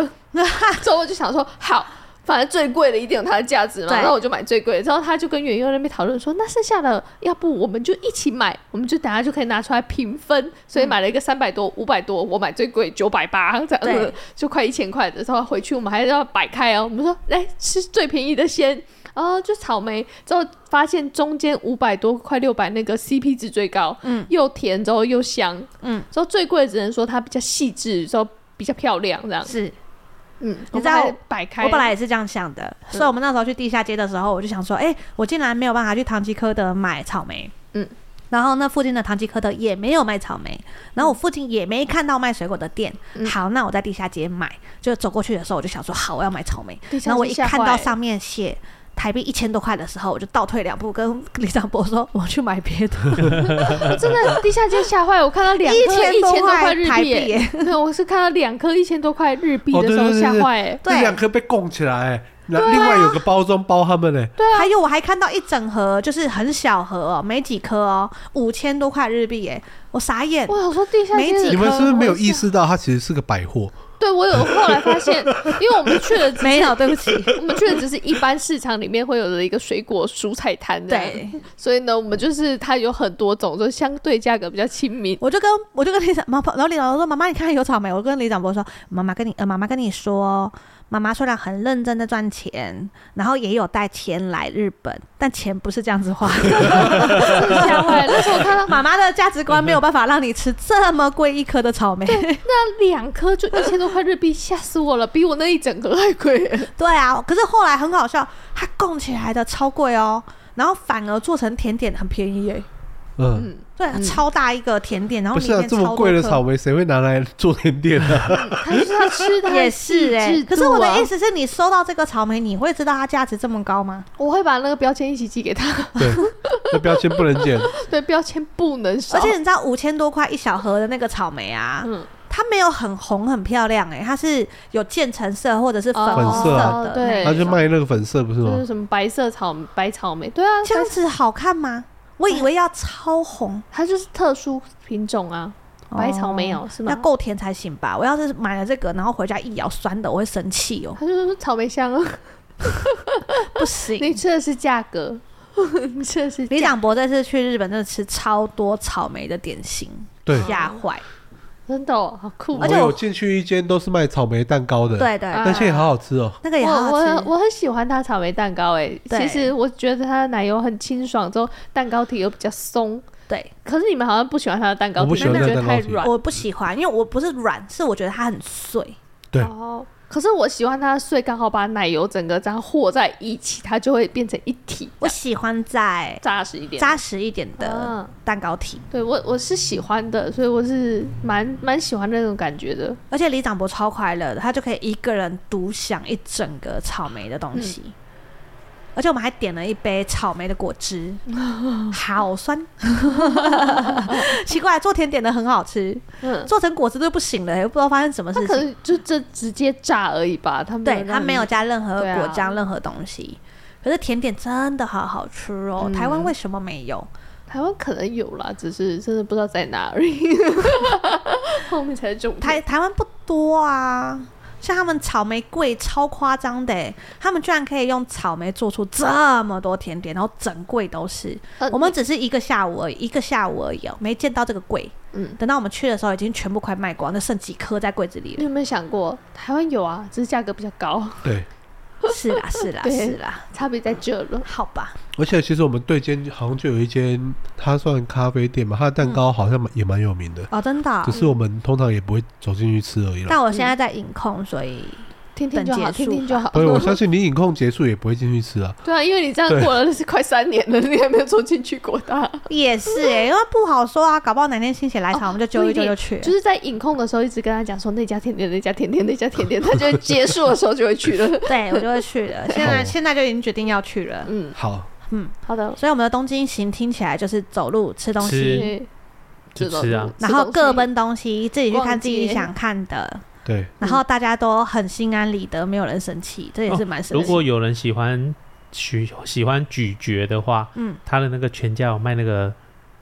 Speaker 4: 之后我就想说好。反正最贵的一定有它的价值嘛，
Speaker 3: 对
Speaker 4: 然后我就买最贵的。之后他就跟圆圆那边讨论说，那剩下的要不我们就一起买，我们就等下就可以拿出来平分。所以买了一个三百多、五百多，我买最贵九百八这样
Speaker 3: 对
Speaker 4: 子，就快一千块的。然后回去我们还要摆开哦，我们说来吃最便宜的先，哦，就草莓，之后发现中间五百多快六百那个 CP 值最高，
Speaker 3: 嗯，
Speaker 4: 又甜，之后又香，
Speaker 3: 嗯，
Speaker 4: 之后最贵的只能说它比较细致，之后比较漂亮这样，
Speaker 3: 是
Speaker 4: 嗯，
Speaker 3: 你知道
Speaker 4: 我们还摆开，
Speaker 3: 我本来也是这样想的，所以我们那时候去地下街的时候，我就想说，哎、我竟然没有办法去唐吉诃德买草莓，
Speaker 4: 嗯，
Speaker 3: 然后那附近的唐吉诃德也没有卖草莓，然后我附近也没看到卖水果的店，
Speaker 4: 嗯
Speaker 3: 好，那我在地下街买，就走过去的时候，我就想说，好，我要买草莓，
Speaker 4: 地下街
Speaker 3: 然后我一
Speaker 4: 吓
Speaker 3: 看
Speaker 4: 坏
Speaker 3: 到
Speaker 4: 了
Speaker 3: 上面写。台币一千多块的时候，我就倒退两步，跟李长博说：“我去买别的。
Speaker 4: 我哦
Speaker 3: [laughs]
Speaker 4: 真的地下街吓坏，我看到两颗
Speaker 3: 1000
Speaker 4: 一千
Speaker 3: 多块
Speaker 4: 块日
Speaker 3: 台
Speaker 4: 币
Speaker 3: 币耶
Speaker 4: 耶， [laughs] 没有，我是看到两颗一千多块日币
Speaker 2: 哦
Speaker 4: 的
Speaker 2: 对
Speaker 4: 时候
Speaker 2: 对对
Speaker 4: 吓
Speaker 2: 对
Speaker 4: 坏，哎”
Speaker 2: 那
Speaker 3: 对，啊
Speaker 2: 两颗被供起来，那另外有个包装包他们呢。
Speaker 3: 还有我还看到一整盒，就是很小盒哦，没几颗哦，五千多块日币耶，我傻眼。
Speaker 4: 我想说地下
Speaker 3: 没
Speaker 4: 街
Speaker 3: 几
Speaker 4: 的
Speaker 2: 你们是不是没有意
Speaker 4: 我
Speaker 2: 识到它其实是个百货？
Speaker 4: 对我有后来发
Speaker 3: [laughs]
Speaker 4: 现，因为我们去了只是
Speaker 3: 没有，对不起。
Speaker 4: [laughs] 我们去的只是一般市场里面会有的一个水果蔬菜摊，
Speaker 3: 对，
Speaker 4: 所以呢，我们就是它有很多种，就相对价格比较亲民。
Speaker 3: 我就跟我就跟李长妈，然后李长博说：“妈妈，你看有草莓。”我跟李长博说：“妈妈跟你呃，妈妈跟你说，哦妈妈虽然很认真的赚钱，然后也有带钱来日本，但钱不是这样子花。 [laughs]
Speaker 4: 吓坏了！那时候我看到
Speaker 3: 妈妈的价值观没有办法让你吃这么贵一颗的草莓。
Speaker 4: 那两颗就一千多块日币，吓死我了，比我那一整盒还 [laughs] 贵。
Speaker 3: 对啊，可是后来很好笑，它供起来的超贵哦，然后反而做成甜点很便宜耶、
Speaker 2: 嗯，
Speaker 4: 嗯，
Speaker 3: 对、啊
Speaker 4: 嗯
Speaker 3: 超大一个甜点，然后
Speaker 2: 不
Speaker 3: 里
Speaker 2: 是啊，
Speaker 3: 面
Speaker 2: 这
Speaker 3: 超
Speaker 2: 么
Speaker 3: 多
Speaker 2: 贵的
Speaker 3: 颗
Speaker 2: 草莓谁会拿来做甜点啊？
Speaker 4: 它就是它吃的
Speaker 3: [laughs] 也是哎、
Speaker 4: 哎、
Speaker 3: 可是我的意，思是你收到这个草莓，你会知道它价值这么高吗？
Speaker 4: 我会把那个标签一起寄给他， [laughs]
Speaker 2: [laughs] 对，那标签不能
Speaker 3: [laughs]
Speaker 2: 剪。
Speaker 4: 对，标签不能
Speaker 2: 啊
Speaker 4: 少。
Speaker 3: 而且你知道五千多块一小盒的那个草莓啊，
Speaker 4: 嗯，
Speaker 3: 它没有很红很漂亮哎、它是有渐层色或者是粉
Speaker 4: 哦
Speaker 3: 红色的那一
Speaker 4: 粉色，对
Speaker 2: 他
Speaker 3: 种
Speaker 2: 就卖那个粉色不是
Speaker 4: 就是
Speaker 2: 吗？
Speaker 4: 什么白色草莓白草莓，对啊，
Speaker 3: 这样
Speaker 4: 白
Speaker 3: 子好看吗？我以为要超红，
Speaker 4: 它就是特殊品种啊，白草莓
Speaker 3: 哦
Speaker 4: 哦，是
Speaker 3: 要
Speaker 4: 吗？
Speaker 3: 够甜才行吧？我要是买了这个，然后回家一咬酸的，我会生气
Speaker 4: [laughs]
Speaker 3: 哦，
Speaker 4: 它就是草莓香啊。 [laughs]
Speaker 3: 不行。
Speaker 4: 你吃的是价格， [laughs] 你吃的是
Speaker 3: 李
Speaker 4: 价
Speaker 3: 长博这次去日本真的吃超多草莓的点心，
Speaker 2: 对，
Speaker 3: 吓坏。
Speaker 4: 真的哦、好酷哦、
Speaker 2: 我
Speaker 3: 而且我
Speaker 2: 有进去一间都是卖草莓蛋糕的，，
Speaker 3: 对对，
Speaker 4: 啊
Speaker 2: 那些也好好吃哦。
Speaker 3: 那个也好
Speaker 4: 我
Speaker 3: 好吃。
Speaker 4: 我我很喜欢它草莓蛋糕诶、
Speaker 3: 对
Speaker 4: 其实我觉得它的奶油很清爽，之后蛋糕体又比较松。
Speaker 3: 对，
Speaker 4: 可是你们好像不喜欢它的蛋糕
Speaker 2: 我
Speaker 4: 体，
Speaker 2: 不
Speaker 3: 喜欢
Speaker 4: 你们
Speaker 2: 它
Speaker 4: 觉
Speaker 2: 的
Speaker 4: 得太
Speaker 2: 蛋糕体
Speaker 4: 软。
Speaker 3: 我不喜欢，因为我不是软，是我觉得它很碎。
Speaker 2: 对
Speaker 4: 哦，可是我喜欢它的碎，刚好把奶油整个这样和在一起，它就会变成一体，
Speaker 3: 我喜欢在
Speaker 4: 扎实一点。
Speaker 3: 扎实一点的
Speaker 4: 嗯
Speaker 3: 蛋糕体，
Speaker 4: 对我我是喜欢的，所以我是蛮蛮喜欢那种感觉的。
Speaker 3: 而且李长博超快乐的，他就可以一个人独享一整个草莓的东
Speaker 4: 嗯
Speaker 3: 西。而且我们还点了一杯草莓的果
Speaker 4: [laughs]
Speaker 3: 汁，好酸。 [laughs] 奇怪，做甜点的很好吃，
Speaker 4: 嗯，
Speaker 3: 做成果汁都不行了、又不知道发生什么
Speaker 4: 它
Speaker 3: 事
Speaker 4: 可
Speaker 3: 情。
Speaker 4: 能就这直接炸而已吧，它没
Speaker 3: 对，
Speaker 4: 有
Speaker 3: 它
Speaker 4: 让
Speaker 3: 没有
Speaker 4: 你
Speaker 3: 加任何
Speaker 4: 对啊
Speaker 3: 果酱、任何东西。可是甜点真的好好吃哦，
Speaker 4: 嗯
Speaker 3: 台湾为什么没有？
Speaker 4: 台湾可能有啦，只是真的不知道在哪而已。后面才是重点。
Speaker 3: 台台湾不多啊，像他们草莓柜超夸张的欸，他们居然可以用草莓做出这么多甜点，然后整柜都是。
Speaker 4: 呃
Speaker 3: 我们只是一个下午而已，一个下午而已哦，没见到这个柜。
Speaker 4: 嗯，
Speaker 3: 等到我们去的时候，已经全部快卖光，那剩几颗在柜子里
Speaker 4: 你
Speaker 3: 了。
Speaker 4: 有没有想过，台湾有啊，只是价格比较高，
Speaker 2: 对，
Speaker 3: 是啦，是啦，
Speaker 4: [laughs] 对
Speaker 3: 是啦，
Speaker 4: 差别在这了。
Speaker 3: 好吧，
Speaker 2: 而且其实我们对间好像就有一间，它算咖啡店嘛，它的蛋糕好像蛮也蛮有名的，
Speaker 3: 哦，真的哦、
Speaker 2: 只是我们通常也不会走进去吃而已啦。
Speaker 3: 但我现在在饮控，所以
Speaker 4: 听听就好，
Speaker 3: 等结束
Speaker 4: 听听就好。
Speaker 2: 所以我相信你影控结束也不会进去吃啊。
Speaker 4: 对啊，因为你这样过了是快三年了，你还没有走进去过它。
Speaker 3: 也是哎、因为不好说啊，搞不好哪天心血来潮，
Speaker 4: 哦
Speaker 3: 我们就揪一揪就去了。
Speaker 4: 就是在饮控的时候，一直跟他讲说那家甜点、那家甜点、那家甜点，他就结束的时候就会去了。
Speaker 3: 对，我就会去
Speaker 4: [laughs]
Speaker 3: 了。现在
Speaker 2: 哦
Speaker 3: 现在就已经决定要去了，
Speaker 4: 嗯，
Speaker 2: 好，
Speaker 4: 好的，
Speaker 3: 所以我们的东京行听起来就是走路、吃东
Speaker 5: 吃
Speaker 3: 西，
Speaker 4: 对
Speaker 5: 就
Speaker 4: 这种
Speaker 5: 吃啊，
Speaker 3: 然后各
Speaker 4: 吃
Speaker 3: 奔东西，自己去看
Speaker 4: 逛
Speaker 3: 自
Speaker 4: 街
Speaker 3: 己想看的，
Speaker 2: 对，
Speaker 3: 然
Speaker 4: 嗯
Speaker 3: 后大家都很心安理得，没有人生气，这也是蛮神
Speaker 5: 哦如
Speaker 3: 奇。
Speaker 5: 果有人喜欢咀喜欢咀嚼的话，
Speaker 3: 嗯，
Speaker 5: 他的那个全家有卖那个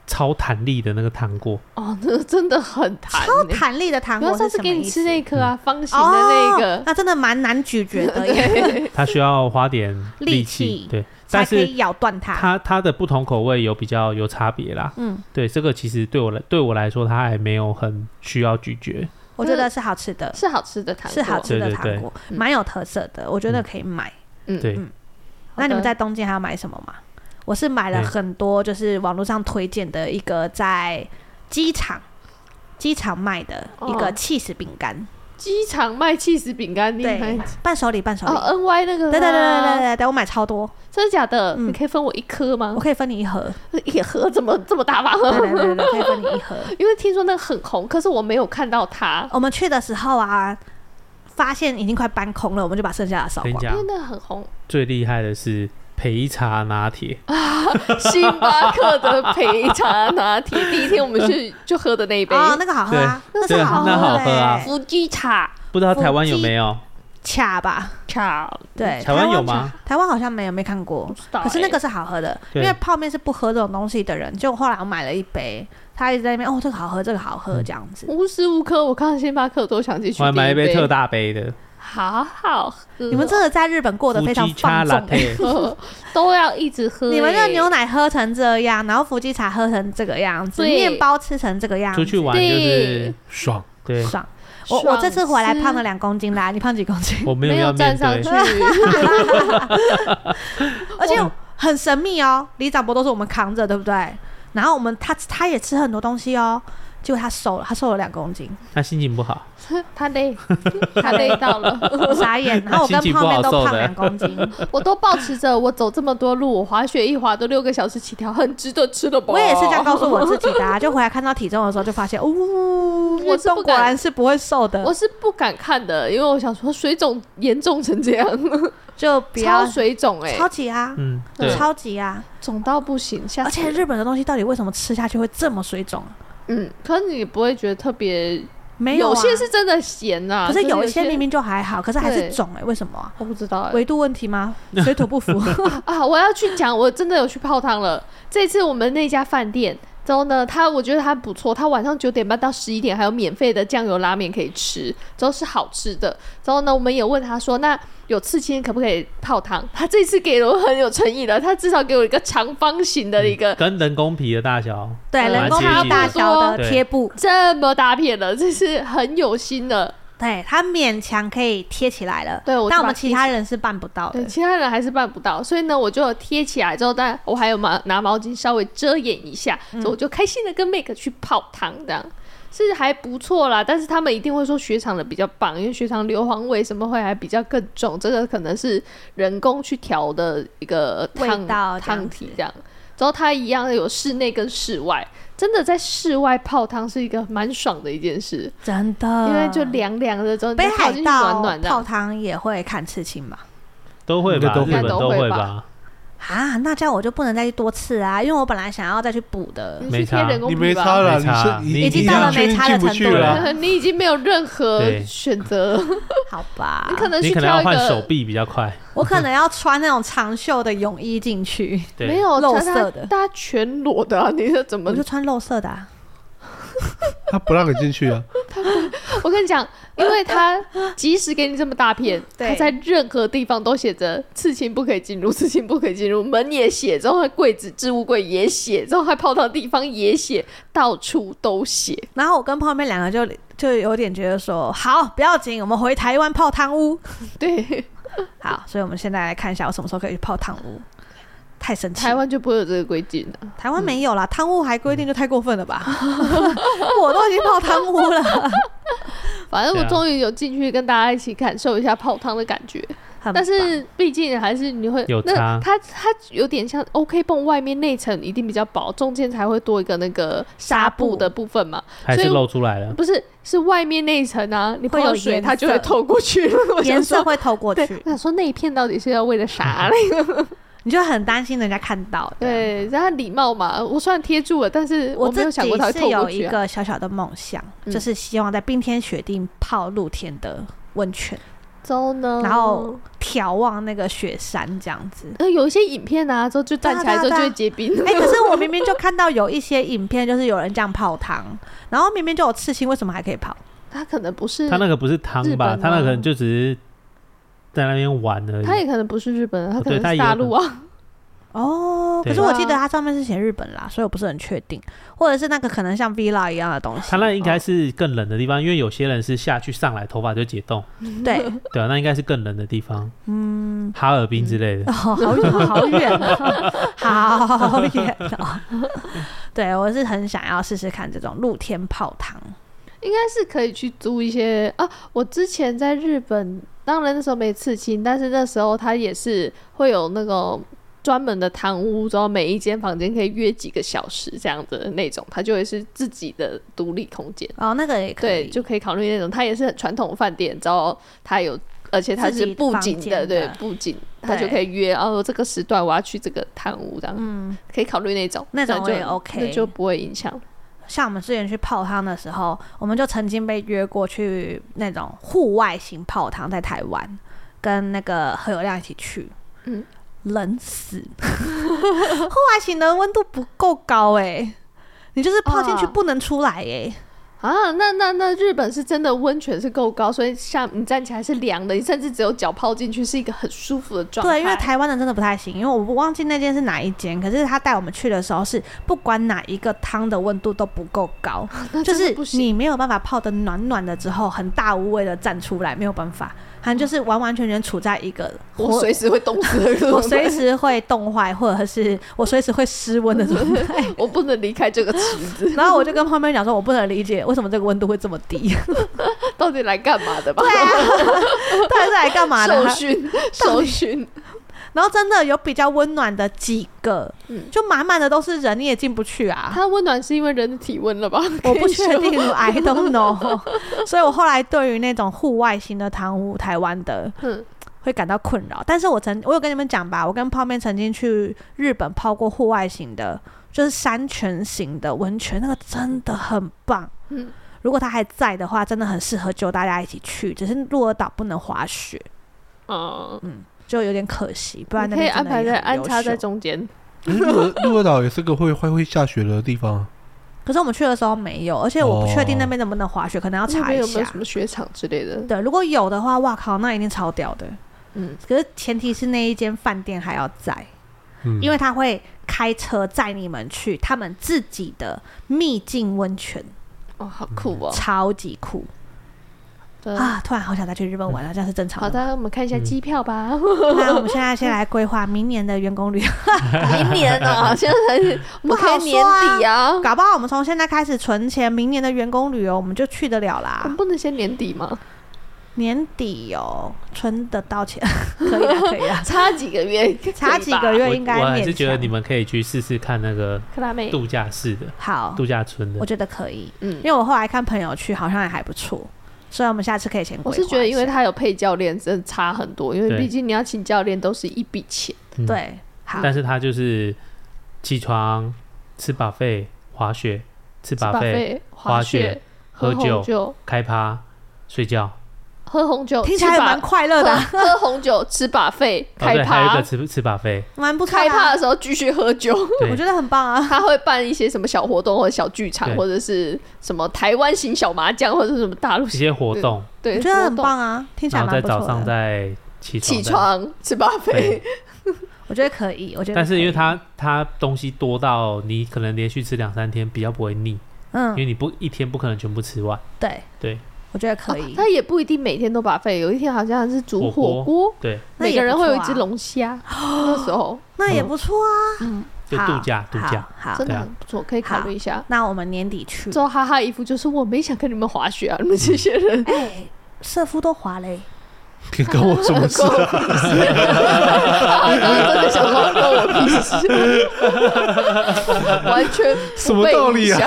Speaker 5: 超弹力的那个糖果，
Speaker 4: 哦，那个真的很弹欸，
Speaker 3: 弹力的糖
Speaker 4: 然
Speaker 3: 果
Speaker 4: 后上
Speaker 3: 是什么
Speaker 4: 次给
Speaker 3: 意
Speaker 4: 你吃
Speaker 3: 思？
Speaker 4: 那颗啊，方形的那
Speaker 3: 哦
Speaker 4: 个，，
Speaker 3: 那真的蛮难咀嚼的耶，
Speaker 4: 对，
Speaker 5: 他需要花点力
Speaker 3: 力气
Speaker 5: 气，对，
Speaker 3: 才
Speaker 5: [laughs] 但
Speaker 3: 可
Speaker 5: 是
Speaker 3: 以咬断它。
Speaker 5: 它它的不同口味有比较有差别啦。
Speaker 3: 嗯，
Speaker 5: 对，这个其实对我来对我来说，它还没有很需要咀嚼。
Speaker 3: 我觉得 [laughs] 是好吃的，
Speaker 4: 是好吃的糖果，
Speaker 3: 是好吃的
Speaker 5: 对对对
Speaker 3: 糖果，
Speaker 4: 嗯
Speaker 3: 蛮有特色的，我觉得可以买。
Speaker 5: 对，
Speaker 3: 嗯
Speaker 4: 好
Speaker 3: 那
Speaker 4: 的
Speaker 3: 你们在东京还要买什么吗？我是买了
Speaker 5: 对
Speaker 3: 很多，就是网络上推荐的一个在机场机场卖的一个
Speaker 4: 哦
Speaker 3: cheese 饼干，
Speaker 4: 机场卖 cheese 饼干，你
Speaker 3: 对
Speaker 4: 买，
Speaker 3: 伴手礼伴手礼。
Speaker 4: 哦，NY 那个，
Speaker 3: 对对对对对，对对，我买超多，
Speaker 4: 真的假的？
Speaker 3: 嗯
Speaker 4: 你可以分我一颗吗
Speaker 3: 我？可以分你一盒。
Speaker 4: 一盒怎么这么大方？
Speaker 3: 对对对对对，可以分你一盒。
Speaker 4: 因为听说那个很红，可是我没有看到它，
Speaker 3: 我们去的时候啊，发现已经快搬空了，我们就把剩下的扫
Speaker 5: 跟你
Speaker 3: 光。
Speaker 4: 因
Speaker 5: 讲
Speaker 4: 为，那个很红，
Speaker 5: 最厉害的是焙茶拿铁，
Speaker 4: 星巴克的焙茶拿铁，第一天我们去就喝的那一杯，
Speaker 3: 哦，那个好喝啊，那
Speaker 5: 对
Speaker 3: 是好
Speaker 5: 那好喝啊
Speaker 3: 的欸
Speaker 4: 福记茶
Speaker 5: 不知道台湾有没有？
Speaker 3: 恰吧？
Speaker 4: 茶，
Speaker 3: 对，
Speaker 5: 台湾有吗？
Speaker 3: 台湾好像没有，没看过
Speaker 4: 不。知道欸
Speaker 3: 可是那个是好喝的，因
Speaker 5: 对
Speaker 3: 为泡面是不喝这种东西的人。就后来我买了一杯，他一直在那边哦，这个好喝，这个好
Speaker 5: 嗯
Speaker 3: 喝这样子。
Speaker 4: 无时无刻，我看到星巴克都想进去
Speaker 5: 我还买
Speaker 4: 点
Speaker 5: 一
Speaker 4: 一
Speaker 5: 杯特，大杯的，
Speaker 4: 好好喝哦，
Speaker 3: 你们真的在日本过得非常
Speaker 5: 福基
Speaker 3: 放
Speaker 5: 茶
Speaker 3: 纵、欸
Speaker 5: latte，
Speaker 4: 都要一直喝欸，
Speaker 3: 你们这牛奶喝成这样，然后福基茶喝成这个样子，
Speaker 4: 对
Speaker 3: 面包吃成这个样子，
Speaker 5: 出去玩就是
Speaker 2: 爽，
Speaker 5: 对，
Speaker 3: 爽。我我这次回来胖了
Speaker 4: 两，
Speaker 3: 两公斤啦，你胖几公
Speaker 5: [laughs]
Speaker 3: 斤？
Speaker 5: 我没有
Speaker 4: 没
Speaker 5: 要
Speaker 4: 有站
Speaker 5: 面
Speaker 4: 上
Speaker 5: 对
Speaker 4: 去，， [laughs]
Speaker 3: 而且很神秘哦，李长博都是我们扛着，对不对？然后我们他他也吃很多东西哦，结果他瘦了，他瘦了两公斤，
Speaker 5: 他心情不好，
Speaker 4: 他
Speaker 3: [laughs]
Speaker 4: 累，他累到了。
Speaker 3: 我傻
Speaker 5: [laughs]
Speaker 3: 眼。然后我跟
Speaker 5: 心情不
Speaker 3: 泡面都
Speaker 5: 好受
Speaker 3: 胖
Speaker 5: 的
Speaker 3: 两公斤，
Speaker 4: 我都保持着，我走这么多路，我滑雪一滑都六个小时起跳，很值得吃的吧？
Speaker 3: [laughs] 我也是这样告诉我自己的、啊。就回来看到体重的时候，就发现，呜、
Speaker 4: 我
Speaker 3: 运
Speaker 4: 是不
Speaker 3: 动果然是不会瘦的
Speaker 4: [laughs] 我，是不敢看的，因为我想说水肿严重成这样，
Speaker 3: 就不要
Speaker 4: 超水肿哎、
Speaker 3: 超级啊，
Speaker 5: 嗯，对，
Speaker 3: 超级啊！
Speaker 4: 肿到不行。下
Speaker 3: 而
Speaker 4: 次
Speaker 3: 且日本的东西到底为什么吃下去会这么水肿啊？
Speaker 4: 嗯，可是你不会觉得特别，
Speaker 3: 没
Speaker 4: 有
Speaker 3: 啊
Speaker 4: 些是真的咸啊
Speaker 3: 可
Speaker 4: 呐、
Speaker 3: 是有一
Speaker 4: 些
Speaker 3: 些明明就还好，可是还是
Speaker 4: 对
Speaker 3: 肿哎、为什么啊、
Speaker 4: 我不知道、欸
Speaker 3: 维度问题
Speaker 5: [laughs]
Speaker 3: 吗？水土不服。
Speaker 4: 啊，我要去讲，我真的有去泡汤了。这次我们那家饭店。之后呢，他我觉得他不错，他晚上九点半到十一点还有免费的酱油拉面可以吃，之后是好吃的。之后呢，我们也问他说，那有刺青可不可以泡汤？他这次给了我很有诚意的，他至少给我一个长方形的一个
Speaker 5: 跟人工皮的大小，
Speaker 3: 对，
Speaker 4: 嗯
Speaker 3: 人工皮
Speaker 5: 蛮接近
Speaker 3: 大
Speaker 5: 的
Speaker 3: 小的
Speaker 5: 对
Speaker 3: 贴布，
Speaker 4: 这么大片了，这是很有心的。
Speaker 3: 对，它勉强可以贴起来了。
Speaker 4: 对我就
Speaker 3: 但我
Speaker 4: 把
Speaker 3: 们
Speaker 4: 它
Speaker 3: 其
Speaker 4: 贴
Speaker 3: 他人是办不到
Speaker 4: 对，
Speaker 3: 的。
Speaker 4: 其他人还是办不到，所以呢，我就贴起来之后，但我
Speaker 3: 嗯
Speaker 4: 还有拿拿毛巾稍微遮掩一下，所以我就开心的跟 Make 去泡汤这样。是还不错啦，但是他们一定会说雪场的比较棒，因为雪场硫磺味什么会还比较更重，这个可能是人工去调的一个
Speaker 3: 味
Speaker 4: 烫
Speaker 3: 道这样
Speaker 4: 烫体
Speaker 3: 子
Speaker 4: 这样。然后它一样有室内跟室外，真的在室外泡汤是一个蛮爽的一件事，
Speaker 3: 真的，
Speaker 4: 因为就凉凉的，之后你
Speaker 3: 北
Speaker 4: 就泡
Speaker 3: 嗯海
Speaker 4: 进去暖
Speaker 3: 道
Speaker 4: 暖的
Speaker 3: 泡。汤也会看刺青吧？
Speaker 5: 都会吧，
Speaker 2: 应该都
Speaker 5: 日
Speaker 2: 会
Speaker 5: 本
Speaker 4: 吧
Speaker 5: 都会
Speaker 4: 应该都会
Speaker 5: 吧。
Speaker 3: 啊，那这样我就不能再去多次啊，因为我本来想要再去补的。
Speaker 4: 你
Speaker 5: 没
Speaker 4: 去贴
Speaker 5: 差
Speaker 4: 人工
Speaker 2: 你
Speaker 4: 皮
Speaker 2: 没
Speaker 4: 吧
Speaker 2: 差了，
Speaker 5: 没差
Speaker 2: 你是
Speaker 5: 你
Speaker 2: 你
Speaker 5: 已经
Speaker 2: 一
Speaker 5: 到
Speaker 2: 样
Speaker 5: 了
Speaker 3: 没
Speaker 2: 进
Speaker 3: 差的
Speaker 2: 进不
Speaker 3: 程
Speaker 2: 去
Speaker 3: 度
Speaker 2: 了
Speaker 3: 了
Speaker 2: 啊。
Speaker 4: [laughs] 你已经没有任何
Speaker 5: 对啊
Speaker 4: 选择，
Speaker 3: 好吧
Speaker 4: 你，可能
Speaker 5: 你
Speaker 4: 去
Speaker 5: 可能要
Speaker 4: 挑一
Speaker 5: 换手
Speaker 4: 个
Speaker 5: 臂比较快，
Speaker 3: 我可能要穿那种长袖的泳衣进去，
Speaker 5: 对，
Speaker 4: 没有
Speaker 3: 露
Speaker 4: 穿它
Speaker 3: 色的
Speaker 4: 大家全裸的啊！ [laughs] 你这怎么
Speaker 3: 我就？穿肉色的、啊。
Speaker 2: 他不让你进
Speaker 3: [laughs]
Speaker 2: 去啊，
Speaker 4: 我跟你讲，因为它即使给你这么大片，
Speaker 3: [laughs] 对
Speaker 4: 它在任何地方都写着刺青不可以进入，刺青不可以进入，门也写，之后还柜子、置物柜也写，之后还泡汤的地方也写，到处都写。
Speaker 5: [laughs]
Speaker 3: 然后我跟泡妹两个就就有点觉得说，好，不要紧，我们回台湾泡汤屋。
Speaker 4: 对，
Speaker 3: 好，所以我们现在来看一下，我什么时候可以去泡汤屋。太神奇了！
Speaker 4: 台湾嗯就不会有这个规矩了。
Speaker 3: 台湾没有啦，汤屋还规定就太过分了
Speaker 4: [laughs]
Speaker 3: 吧？我都已经泡汤屋了， [laughs]
Speaker 4: 反正我
Speaker 5: 对啊
Speaker 4: 终于有进去跟大家一起感受一下泡汤的感觉。
Speaker 3: 很
Speaker 4: 但
Speaker 3: 棒
Speaker 4: 是毕竟还是你会
Speaker 5: 有差
Speaker 4: 那它它有点像 OK 泵外面内层一定比较薄，中间才会多一个那个纱布的部分嘛。
Speaker 5: 还
Speaker 4: 所
Speaker 5: 是
Speaker 4: 以我
Speaker 5: 露出来了。
Speaker 4: 不是，是外面那一层啊，你
Speaker 3: 会
Speaker 4: 碰
Speaker 3: 有
Speaker 4: 到水
Speaker 3: 颜
Speaker 4: 它就会
Speaker 3: 色
Speaker 4: 透过去了。我想
Speaker 3: 颜色
Speaker 4: 说
Speaker 3: 会透过
Speaker 4: 对，
Speaker 3: 去
Speaker 4: 我，想说那一片到底是要为了啥嘞？
Speaker 3: 你就很担心人家看到。
Speaker 4: 对，然后礼貌嘛，我虽然贴住了，但是
Speaker 3: 我
Speaker 4: 没有
Speaker 3: 自
Speaker 4: 想过
Speaker 3: 己
Speaker 4: 它会
Speaker 3: 是
Speaker 4: 透
Speaker 3: 有
Speaker 4: 过
Speaker 3: 一
Speaker 4: 去、啊。
Speaker 3: 个小小的梦想，
Speaker 4: 嗯
Speaker 3: 就是希望在冰天雪地泡露天的温
Speaker 4: [laughs]
Speaker 3: 泉，
Speaker 4: 糟呢。
Speaker 3: 然后眺望那个雪山这样子
Speaker 4: 呃有一些影片啊，之后就站
Speaker 3: 对啊
Speaker 4: 起来之后
Speaker 3: 对啊
Speaker 4: 就
Speaker 3: 对啊
Speaker 4: 会结冰。
Speaker 3: 哎、可是我明明就看到有一些影片，就是有人这样泡汤，然后明明就有刺青，为什么还可以泡？
Speaker 4: 它可能不是
Speaker 5: 他那个不是汤
Speaker 4: 日
Speaker 5: 吧？
Speaker 4: 本
Speaker 5: 他那个可
Speaker 4: 吗
Speaker 5: 能就只是在那边玩而已。
Speaker 4: 它也可能不是日本人，它
Speaker 5: 哦
Speaker 4: 可
Speaker 5: 对
Speaker 4: 能
Speaker 5: 它
Speaker 4: 是
Speaker 5: 也
Speaker 4: 大
Speaker 5: 有可
Speaker 4: 陆啊。
Speaker 3: 哦，可
Speaker 5: 对
Speaker 3: 是我
Speaker 4: 对啊
Speaker 3: 记得它上面是写日本啦，所以我不是很确定，或者是那个可能像 villa 一样的东西。
Speaker 5: 他那应该是更冷的地方，因为有些人是下去上来头发就解冻，
Speaker 3: 对，
Speaker 5: 对啊，那应该是更冷的地方，嗯，哈尔滨之类的
Speaker 3: 哦，。好远，好远、哦，
Speaker 4: [laughs]
Speaker 3: 好远哦。对，我是很想要试试看这种露天泡汤。
Speaker 4: 应该是可以去租一些啊。我之前在日本，当然那时候没刺青，但是那时候它也是会有那种专门的堂屋，然后每一间房间可以约几个小时这样子的那种，它就会是自己的独立空间。
Speaker 3: 哦，那个也可以，
Speaker 4: 对，就可以考虑那种，它也是很传统的饭店，然后它有，而且它
Speaker 3: 自
Speaker 4: 是
Speaker 3: 己
Speaker 4: 布
Speaker 3: 房
Speaker 4: 景
Speaker 3: 间的
Speaker 4: 对布景，它就
Speaker 3: 对
Speaker 4: 可以约，哦，这个时段我要去这个堂屋这样，
Speaker 3: 嗯，
Speaker 4: 可以考虑那种，
Speaker 3: 那
Speaker 4: 这
Speaker 3: 种
Speaker 4: 样
Speaker 3: 我也
Speaker 4: 就
Speaker 3: OK
Speaker 4: 那就不会影响。
Speaker 3: 像我们之前去泡汤的时候，我们就曾经被约过去那种户外型泡汤，在台湾跟那个何友亮一起去，
Speaker 4: 嗯
Speaker 3: 冷死， [laughs] 户外型的温度不够高哎、你就是泡进去
Speaker 4: 哦
Speaker 3: 不能出来哎、
Speaker 4: 啊，那那那日本是真的温泉是够高，所以像你站起来是凉的，你甚至只有脚泡进去是一个很舒服的状态。
Speaker 3: 对，因为台湾的真的不太行，因为我不忘记那间是哪一间，可是他带我们去的时候是不管哪一个汤的温度都不够高，
Speaker 4: 那
Speaker 3: 就
Speaker 4: 啊真的
Speaker 3: 是
Speaker 4: 不行
Speaker 3: 你没有办法泡的暖暖的之后，很大无畏的站出来，没有办法，好像就是完完全全处在一个
Speaker 4: 嗯我随时会冻死的状态，
Speaker 3: 我随时会冻坏，或者是我随时会失温的状态。
Speaker 4: [laughs] 我不能离开这个池子，
Speaker 3: 然后我就跟旁边讲说，我不能理解为什么这个温度会这么低，
Speaker 4: 到底来干嘛的吧？
Speaker 3: 对啊，到底是来干嘛的？
Speaker 4: 受训受训，
Speaker 3: 然后真的有比较温暖的几个，
Speaker 4: 嗯
Speaker 3: 就满满的都是人，你也进不去啊。
Speaker 4: 它温暖是因为人的体温了吧？
Speaker 3: 我不确
Speaker 4: 可以
Speaker 3: 定
Speaker 4: 说吗
Speaker 3: ，I
Speaker 4: [laughs]
Speaker 3: don't know。所以 [laughs] 我后来对于那种户外型的堂屋，台湾的
Speaker 4: 嗯
Speaker 3: 会感到困扰。但是我曾我有跟你们讲吧，我跟泡面曾经去日本泡过户外型的，就是山泉型的温泉，那个真的很棒。
Speaker 4: 嗯
Speaker 3: 如果它还在的话，真的很适合就大家一起去。只是鹿儿岛不能滑雪，
Speaker 4: 嗯，
Speaker 3: 就有点可惜。不然那
Speaker 4: 可以
Speaker 3: 边真
Speaker 4: 安
Speaker 3: 的
Speaker 4: 排
Speaker 3: 也
Speaker 4: 在
Speaker 3: 很
Speaker 4: 安
Speaker 3: 优
Speaker 4: 插在
Speaker 3: 秀
Speaker 4: 中间，
Speaker 2: 哎鹿儿鹿儿岛也是个会会会下雪的地方啊。
Speaker 3: 可是我们去的时候没有，而且我不确定
Speaker 2: 哦
Speaker 3: 那边能不能滑雪，可能要
Speaker 4: 那
Speaker 3: 查
Speaker 4: 边
Speaker 3: 一
Speaker 4: 有没有
Speaker 3: 下
Speaker 4: 什。么雪场之类的？
Speaker 3: 对，如果有的话，哇靠，那一定超屌的。
Speaker 4: 嗯，
Speaker 3: 可是前提是那一间饭店还要在，
Speaker 2: 嗯，
Speaker 3: 因为他会开车载你们去他们自己的秘境温泉，
Speaker 4: 哦，好酷哦！
Speaker 3: 超级酷。
Speaker 4: 对，
Speaker 3: 嗯啊，突然好想再去日本玩了，这样是正常
Speaker 4: 好
Speaker 3: 的吗。
Speaker 4: 的，我们看一下机票吧。
Speaker 3: [laughs] 那我们现在先来规划明年的员工旅游，
Speaker 4: 明年 [laughs] 啊，现在才是我们
Speaker 3: 不好
Speaker 4: 开年底啊，
Speaker 3: 搞不好我们从现在开始存钱，明年的员工旅游我们就去得了
Speaker 4: 我们
Speaker 3: 啦。
Speaker 4: 不能先年底吗？
Speaker 3: 年底哦，存得到钱，可以啦，可以啦，
Speaker 4: 差几个月，
Speaker 3: 差几个月
Speaker 5: 我
Speaker 3: 应该
Speaker 5: 我还
Speaker 3: 勉
Speaker 5: 是觉得
Speaker 3: 强
Speaker 5: 你们可以去试试看那个
Speaker 4: 克拉妹，
Speaker 5: 度假式的、
Speaker 3: 好，
Speaker 5: 度假村
Speaker 3: 我
Speaker 5: 的。
Speaker 3: 觉得可以，
Speaker 4: 嗯
Speaker 3: 因，为我后来看朋友去，好像也还不错，所以我们下次可以先规划
Speaker 4: 我
Speaker 3: 一下。
Speaker 4: 是觉得因为他有配教练，真的差很多，因为
Speaker 5: 对
Speaker 4: 毕竟你要请教练都是一笔钱。
Speaker 5: 嗯
Speaker 3: 对，好，
Speaker 5: 但是它就是起床、吃把费、滑雪、吃把费、
Speaker 4: 费、
Speaker 5: 滑
Speaker 4: 滑
Speaker 5: 雪
Speaker 4: 雪、
Speaker 5: 喝
Speaker 4: 红
Speaker 5: 酒、
Speaker 4: 酒、
Speaker 5: 开趴、睡觉。哦
Speaker 4: 喝红酒，
Speaker 3: 听起来还
Speaker 4: 吃
Speaker 3: 蛮
Speaker 4: buff-
Speaker 3: 快乐的 [laughs]
Speaker 4: [laughs]
Speaker 3: 啊，
Speaker 4: 喝喝红酒、吃把费、
Speaker 5: 哦，
Speaker 4: 开
Speaker 5: 对，还有一
Speaker 4: 趴
Speaker 5: 个、吃吃把费。
Speaker 3: 蛮不错
Speaker 4: 开
Speaker 3: 的啊
Speaker 4: 趴，的时候继续喝 [laughs] 酒。
Speaker 3: 我
Speaker 5: 对
Speaker 3: 觉，得很棒啊。
Speaker 4: 他会办一些什么小活动或者小剧场，
Speaker 5: 对
Speaker 4: 或者是什么台湾型小麻将，或者是什么大陆
Speaker 5: 一
Speaker 4: 型
Speaker 5: 些活动，
Speaker 4: 对，
Speaker 3: 我觉得很
Speaker 4: 活动。
Speaker 3: 棒啊，听起来
Speaker 5: 然后
Speaker 3: 蛮
Speaker 5: 在
Speaker 3: 不
Speaker 5: 早
Speaker 3: 错
Speaker 5: 上
Speaker 3: 的。
Speaker 5: 再起床。
Speaker 4: 起。床吃巴
Speaker 5: 对
Speaker 4: 菲，，
Speaker 3: 我觉得可以，我觉得可以。
Speaker 5: 但是因为它它东西多到你可能连续吃两三天比较不会腻，因
Speaker 3: 嗯，
Speaker 5: 为你不一天不可能全部吃完。
Speaker 3: 对
Speaker 5: 对，
Speaker 3: 我觉得可以。
Speaker 4: 哦他也不一定每天都把费，有一天好像是煮
Speaker 5: 火
Speaker 4: 火
Speaker 5: 锅
Speaker 4: 锅，
Speaker 5: 对，
Speaker 3: 那
Speaker 4: 每
Speaker 3: 也
Speaker 4: 个
Speaker 3: 不
Speaker 4: 人会有一
Speaker 3: 错啊
Speaker 4: 只
Speaker 3: [gasps]
Speaker 4: 龙虾，那时候
Speaker 3: 那也不错啊，
Speaker 5: 就
Speaker 3: 好
Speaker 5: 度假度假。。
Speaker 3: 好，好
Speaker 4: 真的
Speaker 5: 对啊
Speaker 4: 很不错，可以考虑一下。
Speaker 3: 那我们年底去
Speaker 4: 之。后哈哈一副就是我没想跟你们滑雪啊，你们这些
Speaker 5: [laughs]
Speaker 4: 人
Speaker 3: 哎，社夫都滑
Speaker 4: [laughs]
Speaker 3: 嘞，
Speaker 2: 跟我什么事
Speaker 4: 关我
Speaker 2: 啊？
Speaker 4: 屁事。 [laughs] 我刚刚真的想说关我屁事，完全
Speaker 2: 什么道理啊？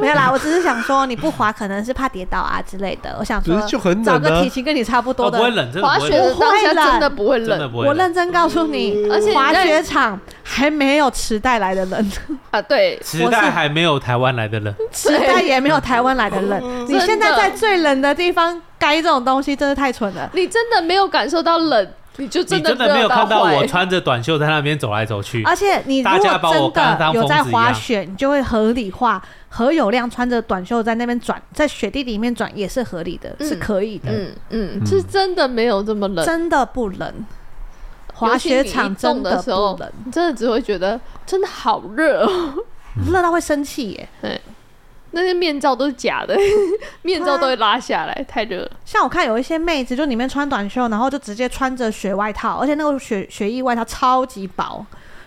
Speaker 3: 没有啦，我只是想说你不滑可能是怕跌倒啊之类的。我想
Speaker 2: 不
Speaker 3: 说
Speaker 2: 是就很
Speaker 3: 找
Speaker 2: 冷
Speaker 3: 个
Speaker 2: 啊
Speaker 3: 体？型跟你差不
Speaker 5: 哦，
Speaker 3: 多
Speaker 5: 不会
Speaker 3: 的。
Speaker 5: 冷，真的
Speaker 4: 滑
Speaker 5: 不会
Speaker 4: 雪
Speaker 5: 冷，
Speaker 4: 的当下真的不会
Speaker 5: 真的
Speaker 4: 冷
Speaker 5: 不会
Speaker 3: 我
Speaker 5: 冷。
Speaker 3: 认真告诉你，
Speaker 4: 而且你在
Speaker 3: 滑雪场还没有池袋来的冷，
Speaker 4: 啊！对，
Speaker 5: 时代还没有台湾来的冷，
Speaker 3: 池袋也没有台湾来的冷。你现在在最冷的地方该这种东西，真是太蠢
Speaker 5: 嗯
Speaker 3: 了。
Speaker 4: 你真的没有感受到冷，你就
Speaker 5: 你
Speaker 4: 真
Speaker 5: 真的
Speaker 4: 的
Speaker 5: 没有看到啊
Speaker 4: 坏
Speaker 5: 我穿着短袖在那边走来走去。
Speaker 3: 而且你如
Speaker 5: 大
Speaker 3: 果
Speaker 5: 家把我
Speaker 3: 真
Speaker 5: 刚
Speaker 3: 的
Speaker 5: 当
Speaker 3: 有在
Speaker 5: 疯子一
Speaker 3: 滑
Speaker 5: 样
Speaker 3: 雪，你就会合理化何友亮穿着短袖在那边转，在雪地里面转也是合理的，是
Speaker 4: 嗯
Speaker 3: 可以的，
Speaker 4: 嗯嗯，是真的没有这么冷。
Speaker 3: 真的不冷。滑雪场真
Speaker 4: 尤其你一动的
Speaker 3: 不
Speaker 4: 时候
Speaker 3: 冷，
Speaker 4: 你真的只会觉得真的好热、哦， [laughs]
Speaker 5: 嗯
Speaker 3: 热到会生气耶。
Speaker 4: 那些面罩都是假的， [laughs] 面罩都会拉下
Speaker 3: 啊
Speaker 4: 来，太热了。
Speaker 3: 像我看有一些妹子，就里面穿短袖，然后就直接穿着雪外套，而且那个雪雪衣外套超级薄，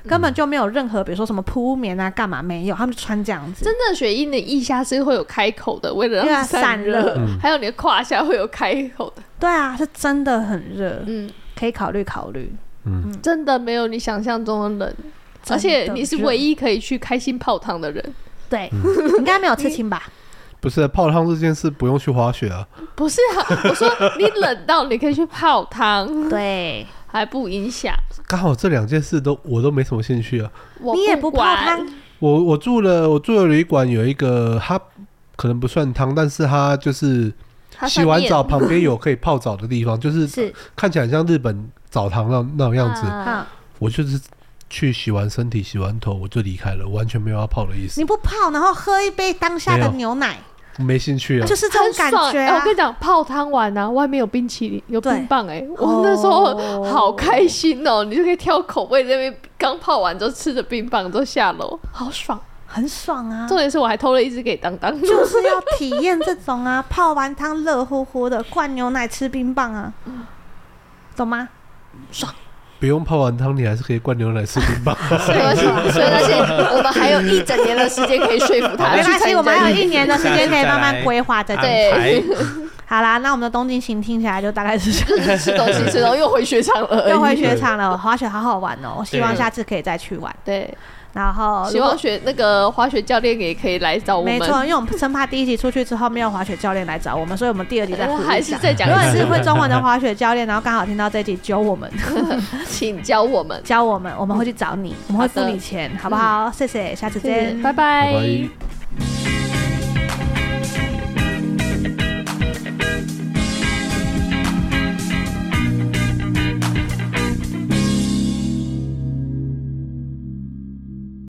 Speaker 3: 根本就没有任何，比如说什么铺棉啊，干嘛没有，他们就穿这样子。
Speaker 4: 真正的雪衣，你的腋下是会有开口的，为了
Speaker 3: 对啊
Speaker 4: 让散热，
Speaker 3: 散热
Speaker 2: 嗯
Speaker 4: 还有你的胯下会有开口的。
Speaker 3: 对啊，是真的很热，
Speaker 4: 嗯，
Speaker 3: 可以考虑考虑。
Speaker 4: 真的没有你想象中的冷，
Speaker 3: 真的
Speaker 4: 而且你是
Speaker 3: 热
Speaker 4: 唯一可以去开心泡汤的人。
Speaker 3: 对，你应该没有刺青吧？
Speaker 2: 不是泡汤这件事不用去滑雪啊，
Speaker 4: 不是啊，我说你冷到你可以去泡汤，
Speaker 3: 对，
Speaker 4: 还不影响。
Speaker 2: 刚好这两件事都我都没什么兴趣啊。
Speaker 3: [laughs]
Speaker 4: 我
Speaker 3: 你也不泡
Speaker 4: 管
Speaker 3: 汤，
Speaker 2: 我我住了我住的旅馆有一个，它可能不算汤，但是它就是
Speaker 4: 它
Speaker 2: 洗
Speaker 4: 算
Speaker 2: 完
Speaker 4: 面
Speaker 2: 澡旁边有可以泡澡的地方，就是
Speaker 3: 是
Speaker 2: 看起来很像日本澡堂那那种样子。
Speaker 4: 啊
Speaker 3: 嗯，
Speaker 2: 我就是去洗完身体、洗完头我就离开了，完全没有要泡的意思
Speaker 3: 你，不泡，然后喝一杯当下
Speaker 2: 没
Speaker 3: 的
Speaker 2: 有
Speaker 3: 牛奶，
Speaker 2: 没兴趣啊
Speaker 3: 就。是这种感
Speaker 4: 很爽
Speaker 3: 觉
Speaker 4: 哎
Speaker 3: 啊
Speaker 4: 我。跟你讲，泡汤完啊，外面有冰淇淋，有
Speaker 3: 对
Speaker 4: 冰棒哎、
Speaker 3: 哦
Speaker 4: 我那时候好开心哦、你就可以挑口味，在那边刚泡完之后吃着冰棒之后下楼，好爽。
Speaker 3: 很爽啊，
Speaker 4: 重点是我还偷了一只给当当， [laughs]
Speaker 3: 就是要体验这种啊，泡完汤热乎乎的，灌牛奶吃冰棒啊，
Speaker 4: 嗯
Speaker 3: 懂吗？
Speaker 2: 不用泡完汤，你还是可以灌牛奶吃冰棒。 [laughs]
Speaker 4: 没关系，所以那些我们还有一整年的时间可以说服他
Speaker 3: 没
Speaker 4: 去
Speaker 3: 关
Speaker 4: 参加
Speaker 3: 系，
Speaker 4: 你。
Speaker 3: 我们还有一年的时间可以慢慢规划这
Speaker 5: 安
Speaker 3: 件
Speaker 4: 对
Speaker 3: 事。
Speaker 5: 排
Speaker 3: 好啦，那我们的东京行听起来就大概是
Speaker 4: [laughs]
Speaker 3: 这样。
Speaker 4: 就是吃东西吃东西又回雪场了而已，
Speaker 3: 又回雪场了，滑雪好好玩哦！希望下次可以再去玩。
Speaker 4: 对，
Speaker 3: 然后，
Speaker 4: 希望雪那个滑雪教练也可以来找我们
Speaker 3: 没，错，因为我们生怕第一集出去之后没有滑雪教练来找我们，所以我们第二集再呼吁一下
Speaker 4: 还 [laughs] 是再讲
Speaker 3: 如果
Speaker 4: 一
Speaker 3: 你是
Speaker 4: 次，
Speaker 3: 会中文的滑雪教练，然后刚好听到这一集，教我们，
Speaker 4: 请教我们。
Speaker 3: 教我们，我们会去找你，我们会付
Speaker 4: 好的
Speaker 3: 你钱，好不好？谢谢，下次见，
Speaker 4: 拜
Speaker 2: 拜拜